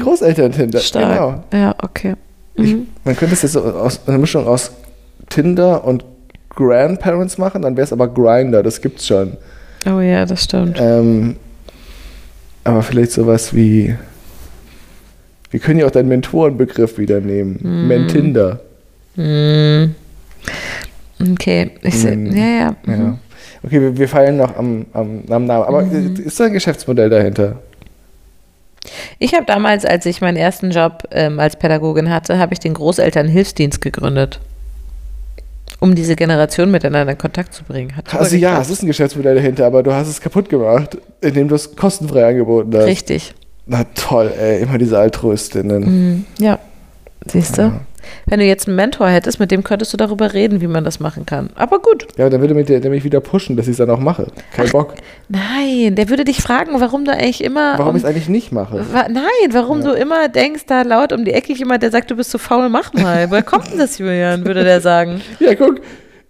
[SPEAKER 4] Großeltern-Tinder.
[SPEAKER 5] Mhm. Stark. Mhm.
[SPEAKER 4] Genau.
[SPEAKER 5] Ja, okay.
[SPEAKER 4] Man könnte es jetzt so aus, eine Mischung aus Tinder und Grandparents machen, dann wäre es aber Grinder, das gibt's schon.
[SPEAKER 5] Oh ja, das stimmt.
[SPEAKER 4] Ähm, aber vielleicht sowas wie. Wir können ja auch deinen Mentorenbegriff wieder nehmen.
[SPEAKER 5] Mhm.
[SPEAKER 4] Mentinder.
[SPEAKER 5] Okay. Ich seh,
[SPEAKER 4] Mm.
[SPEAKER 5] Ja, ja.
[SPEAKER 4] Ja. Okay, wir, wir feilen noch am, am, am Namen. Aber
[SPEAKER 5] Mhm.
[SPEAKER 4] ist da ein Geschäftsmodell dahinter?
[SPEAKER 5] Ich habe damals, als ich meinen ersten Job ähm, als Pädagogin hatte, habe ich den Großelternhilfsdienst gegründet, um diese Generation miteinander in Kontakt zu bringen. Hat super
[SPEAKER 4] Also ja,
[SPEAKER 5] geklappt.
[SPEAKER 4] es ist ein Geschäftsmodell dahinter, aber du hast es kaputt gemacht, indem du es kostenfrei angeboten hast.
[SPEAKER 5] richtig.
[SPEAKER 4] Na toll, ey, immer diese Altruistinnen.
[SPEAKER 5] Mhm. Ja, siehst du. Wenn du jetzt einen Mentor hättest, mit dem könntest du darüber reden, wie man das machen kann. Aber gut,
[SPEAKER 4] Ja, aber dann würde mich der nämlich wieder pushen, dass ich es dann auch mache. Kein Bock.
[SPEAKER 5] nein, der würde dich fragen, warum du eigentlich immer.
[SPEAKER 4] Warum
[SPEAKER 5] um,
[SPEAKER 4] ich es eigentlich nicht mache.
[SPEAKER 5] Wa- Nein, warum du immer denkst, da laut um die Ecke jemand, der sagt, du bist zu faul, mach mal. Woher kommt denn das, Julian, würde der sagen.
[SPEAKER 4] Ja, guck.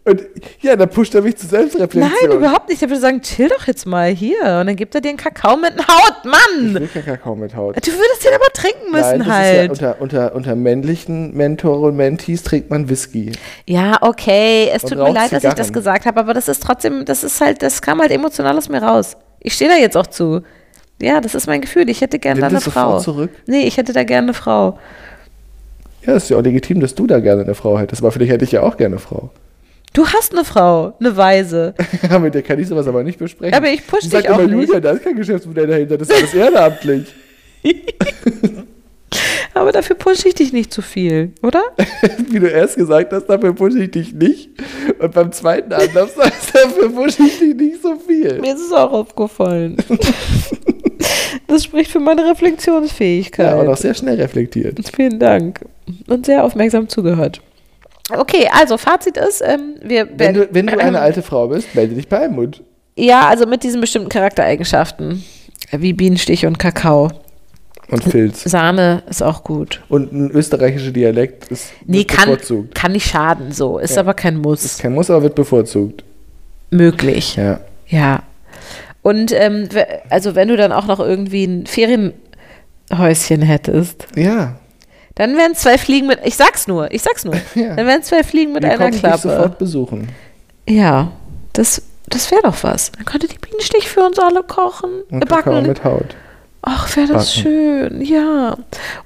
[SPEAKER 4] Und ja, dann pusht er mich zur
[SPEAKER 5] Nein,
[SPEAKER 4] Selbstreflexion.
[SPEAKER 5] überhaupt nicht. Der würde sagen, chill doch jetzt mal hier. Und dann gibt er dir einen Kakao mit einer Haut. Mann!
[SPEAKER 4] Ich will keinen Kakao mit Haut.
[SPEAKER 5] Du würdest den aber trinken
[SPEAKER 4] Nein,
[SPEAKER 5] müssen
[SPEAKER 4] das
[SPEAKER 5] halt.
[SPEAKER 4] Ist ja unter, unter, unter männlichen Mentoren und Mentees trinkt man Whisky.
[SPEAKER 5] ja, okay. Es
[SPEAKER 4] Und
[SPEAKER 5] tut mir
[SPEAKER 4] raucht
[SPEAKER 5] leid, dass ich das
[SPEAKER 4] Zigarren.
[SPEAKER 5] gesagt habe, aber das ist trotzdem, das ist halt, das kam halt emotional aus mir raus. Ich stehe da jetzt auch zu. Ja, das ist mein Gefühl. Ich hätte
[SPEAKER 4] Nimm
[SPEAKER 5] gerne da eine
[SPEAKER 4] das
[SPEAKER 5] Frau.
[SPEAKER 4] sofort zurück.
[SPEAKER 5] Nee, ich hätte da gerne eine Frau.
[SPEAKER 4] Ja, ist ja auch legitim, dass du da gerne eine Frau hättest, aber vielleicht hätte ich ja auch gerne eine Frau.
[SPEAKER 5] Du hast eine Frau, eine Weise.
[SPEAKER 4] Ja, mit der kann ich sowas aber nicht besprechen.
[SPEAKER 5] Aber ich push
[SPEAKER 4] Die
[SPEAKER 5] dich
[SPEAKER 4] sagt
[SPEAKER 5] auch
[SPEAKER 4] immer,
[SPEAKER 5] nicht.
[SPEAKER 4] Julia, da ist kein Geschäftsmodell dahinter, das ist alles ehrenamtlich.
[SPEAKER 5] Aber dafür pushe ich dich nicht zu viel, oder?
[SPEAKER 4] Wie du erst gesagt hast, dafür pushe ich dich nicht. Und beim zweiten Anlauf sagst du, dafür pushe ich dich nicht so viel.
[SPEAKER 5] Mir ist es auch aufgefallen. das spricht für meine Reflexionsfähigkeit.
[SPEAKER 4] Ja, und auch sehr schnell reflektiert.
[SPEAKER 5] Vielen Dank. Und sehr aufmerksam zugehört. Okay, also Fazit ist, ähm, wir
[SPEAKER 4] Wenn du, wenn du eine alte Frau bist, melde dich bei Almut.
[SPEAKER 5] Ja, also mit diesen bestimmten Charaktereigenschaften. Wie Bienenstich und Kakao.
[SPEAKER 4] Und Filz.
[SPEAKER 5] Sahne ist auch gut.
[SPEAKER 4] Und ein österreichischer Dialekt ist
[SPEAKER 5] Nee,
[SPEAKER 4] wird
[SPEAKER 5] kann,
[SPEAKER 4] bevorzugt.
[SPEAKER 5] kann nicht schaden, so. Ist aber kein Muss.
[SPEAKER 4] Kein Muss, aber wird bevorzugt.
[SPEAKER 5] Möglich.
[SPEAKER 4] Ja.
[SPEAKER 5] Ja. Und ähm, we- also wenn du dann auch noch irgendwie ein Ferienhäuschen hättest,
[SPEAKER 4] Ja.
[SPEAKER 5] dann wären zwei Fliegen mit. Ich sag's nur, ich sag's nur.
[SPEAKER 4] Ja.
[SPEAKER 5] Dann wären zwei Fliegen mit
[SPEAKER 4] Wir
[SPEAKER 5] einer
[SPEAKER 4] kommen dich
[SPEAKER 5] Klappe.
[SPEAKER 4] sofort besuchen.
[SPEAKER 5] Ja, das, das wäre doch was. Dann könnte die Bienenstich für uns alle kochen,
[SPEAKER 4] Und
[SPEAKER 5] äh,
[SPEAKER 4] Kakao
[SPEAKER 5] backen.
[SPEAKER 4] mit Haut.
[SPEAKER 5] Ach, wäre das
[SPEAKER 4] backen.
[SPEAKER 5] schön, ja.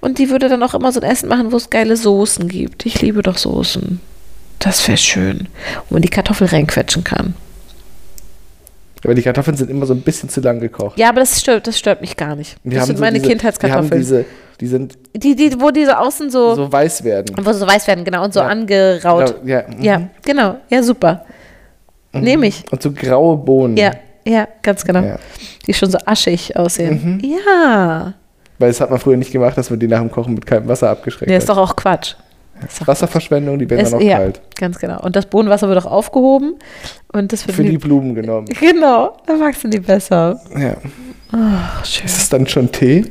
[SPEAKER 5] Und die würde dann auch immer so ein Essen machen, wo es geile Soßen gibt. Ich liebe doch Soßen. Das wäre schön. Wo man die Kartoffel reinquetschen kann.
[SPEAKER 4] Aber die Kartoffeln sind immer so ein bisschen zu lang gekocht.
[SPEAKER 5] Ja, aber das stört, das stört mich gar nicht. das sind
[SPEAKER 4] so
[SPEAKER 5] meine
[SPEAKER 4] diese- Wir haben
[SPEAKER 5] Kindheitskartoffeln.
[SPEAKER 4] diese, die sind
[SPEAKER 5] die, die, wo diese außen so,
[SPEAKER 4] so weiß werden.
[SPEAKER 5] wo sie so weiß werden, genau, und so
[SPEAKER 4] Ja.
[SPEAKER 5] angeraut.
[SPEAKER 4] Ja, ja, mhm.
[SPEAKER 5] Ja, genau. Ja, super. Nehme ich.
[SPEAKER 4] Und so graue Bohnen.
[SPEAKER 5] Ja, ja, ganz genau.
[SPEAKER 4] Mhm. Ja. Mhm.
[SPEAKER 5] Die schon so aschig aussehen. Ja.
[SPEAKER 4] Weil das hat man früher nicht gemacht, dass man die nach dem Kochen mit kaltem Wasser abgeschreckt
[SPEAKER 5] Nee,
[SPEAKER 4] hat.
[SPEAKER 5] ist doch auch Quatsch.
[SPEAKER 6] doch
[SPEAKER 4] Wasserverschwendung, die werden
[SPEAKER 6] Es,
[SPEAKER 4] dann auch
[SPEAKER 6] ja,
[SPEAKER 4] kalt.
[SPEAKER 6] ganz genau. Und das Bohnenwasser wird auch aufgehoben und das wird
[SPEAKER 4] Für die Blumen genommen.
[SPEAKER 6] Genau, dann wachsen die besser.
[SPEAKER 4] Ja.
[SPEAKER 6] Ach, schön.
[SPEAKER 4] Ist es dann schon Tee?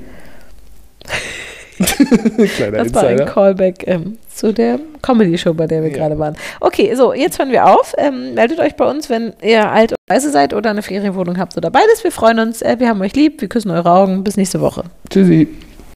[SPEAKER 4] Kleiner
[SPEAKER 6] Das war ein
[SPEAKER 4] Insider.
[SPEAKER 6] Callback ähm, zu der Comedy-Show, bei der wir
[SPEAKER 4] Ja.
[SPEAKER 6] gerade waren. Okay, so, jetzt hören wir auf. Ähm, meldet euch bei uns, wenn ihr alt und weise seid oder eine Ferienwohnung habt oder beides. Wir freuen uns. Äh, wir haben euch lieb. Wir küssen eure Augen. Bis nächste Woche.
[SPEAKER 4] Tschüssi.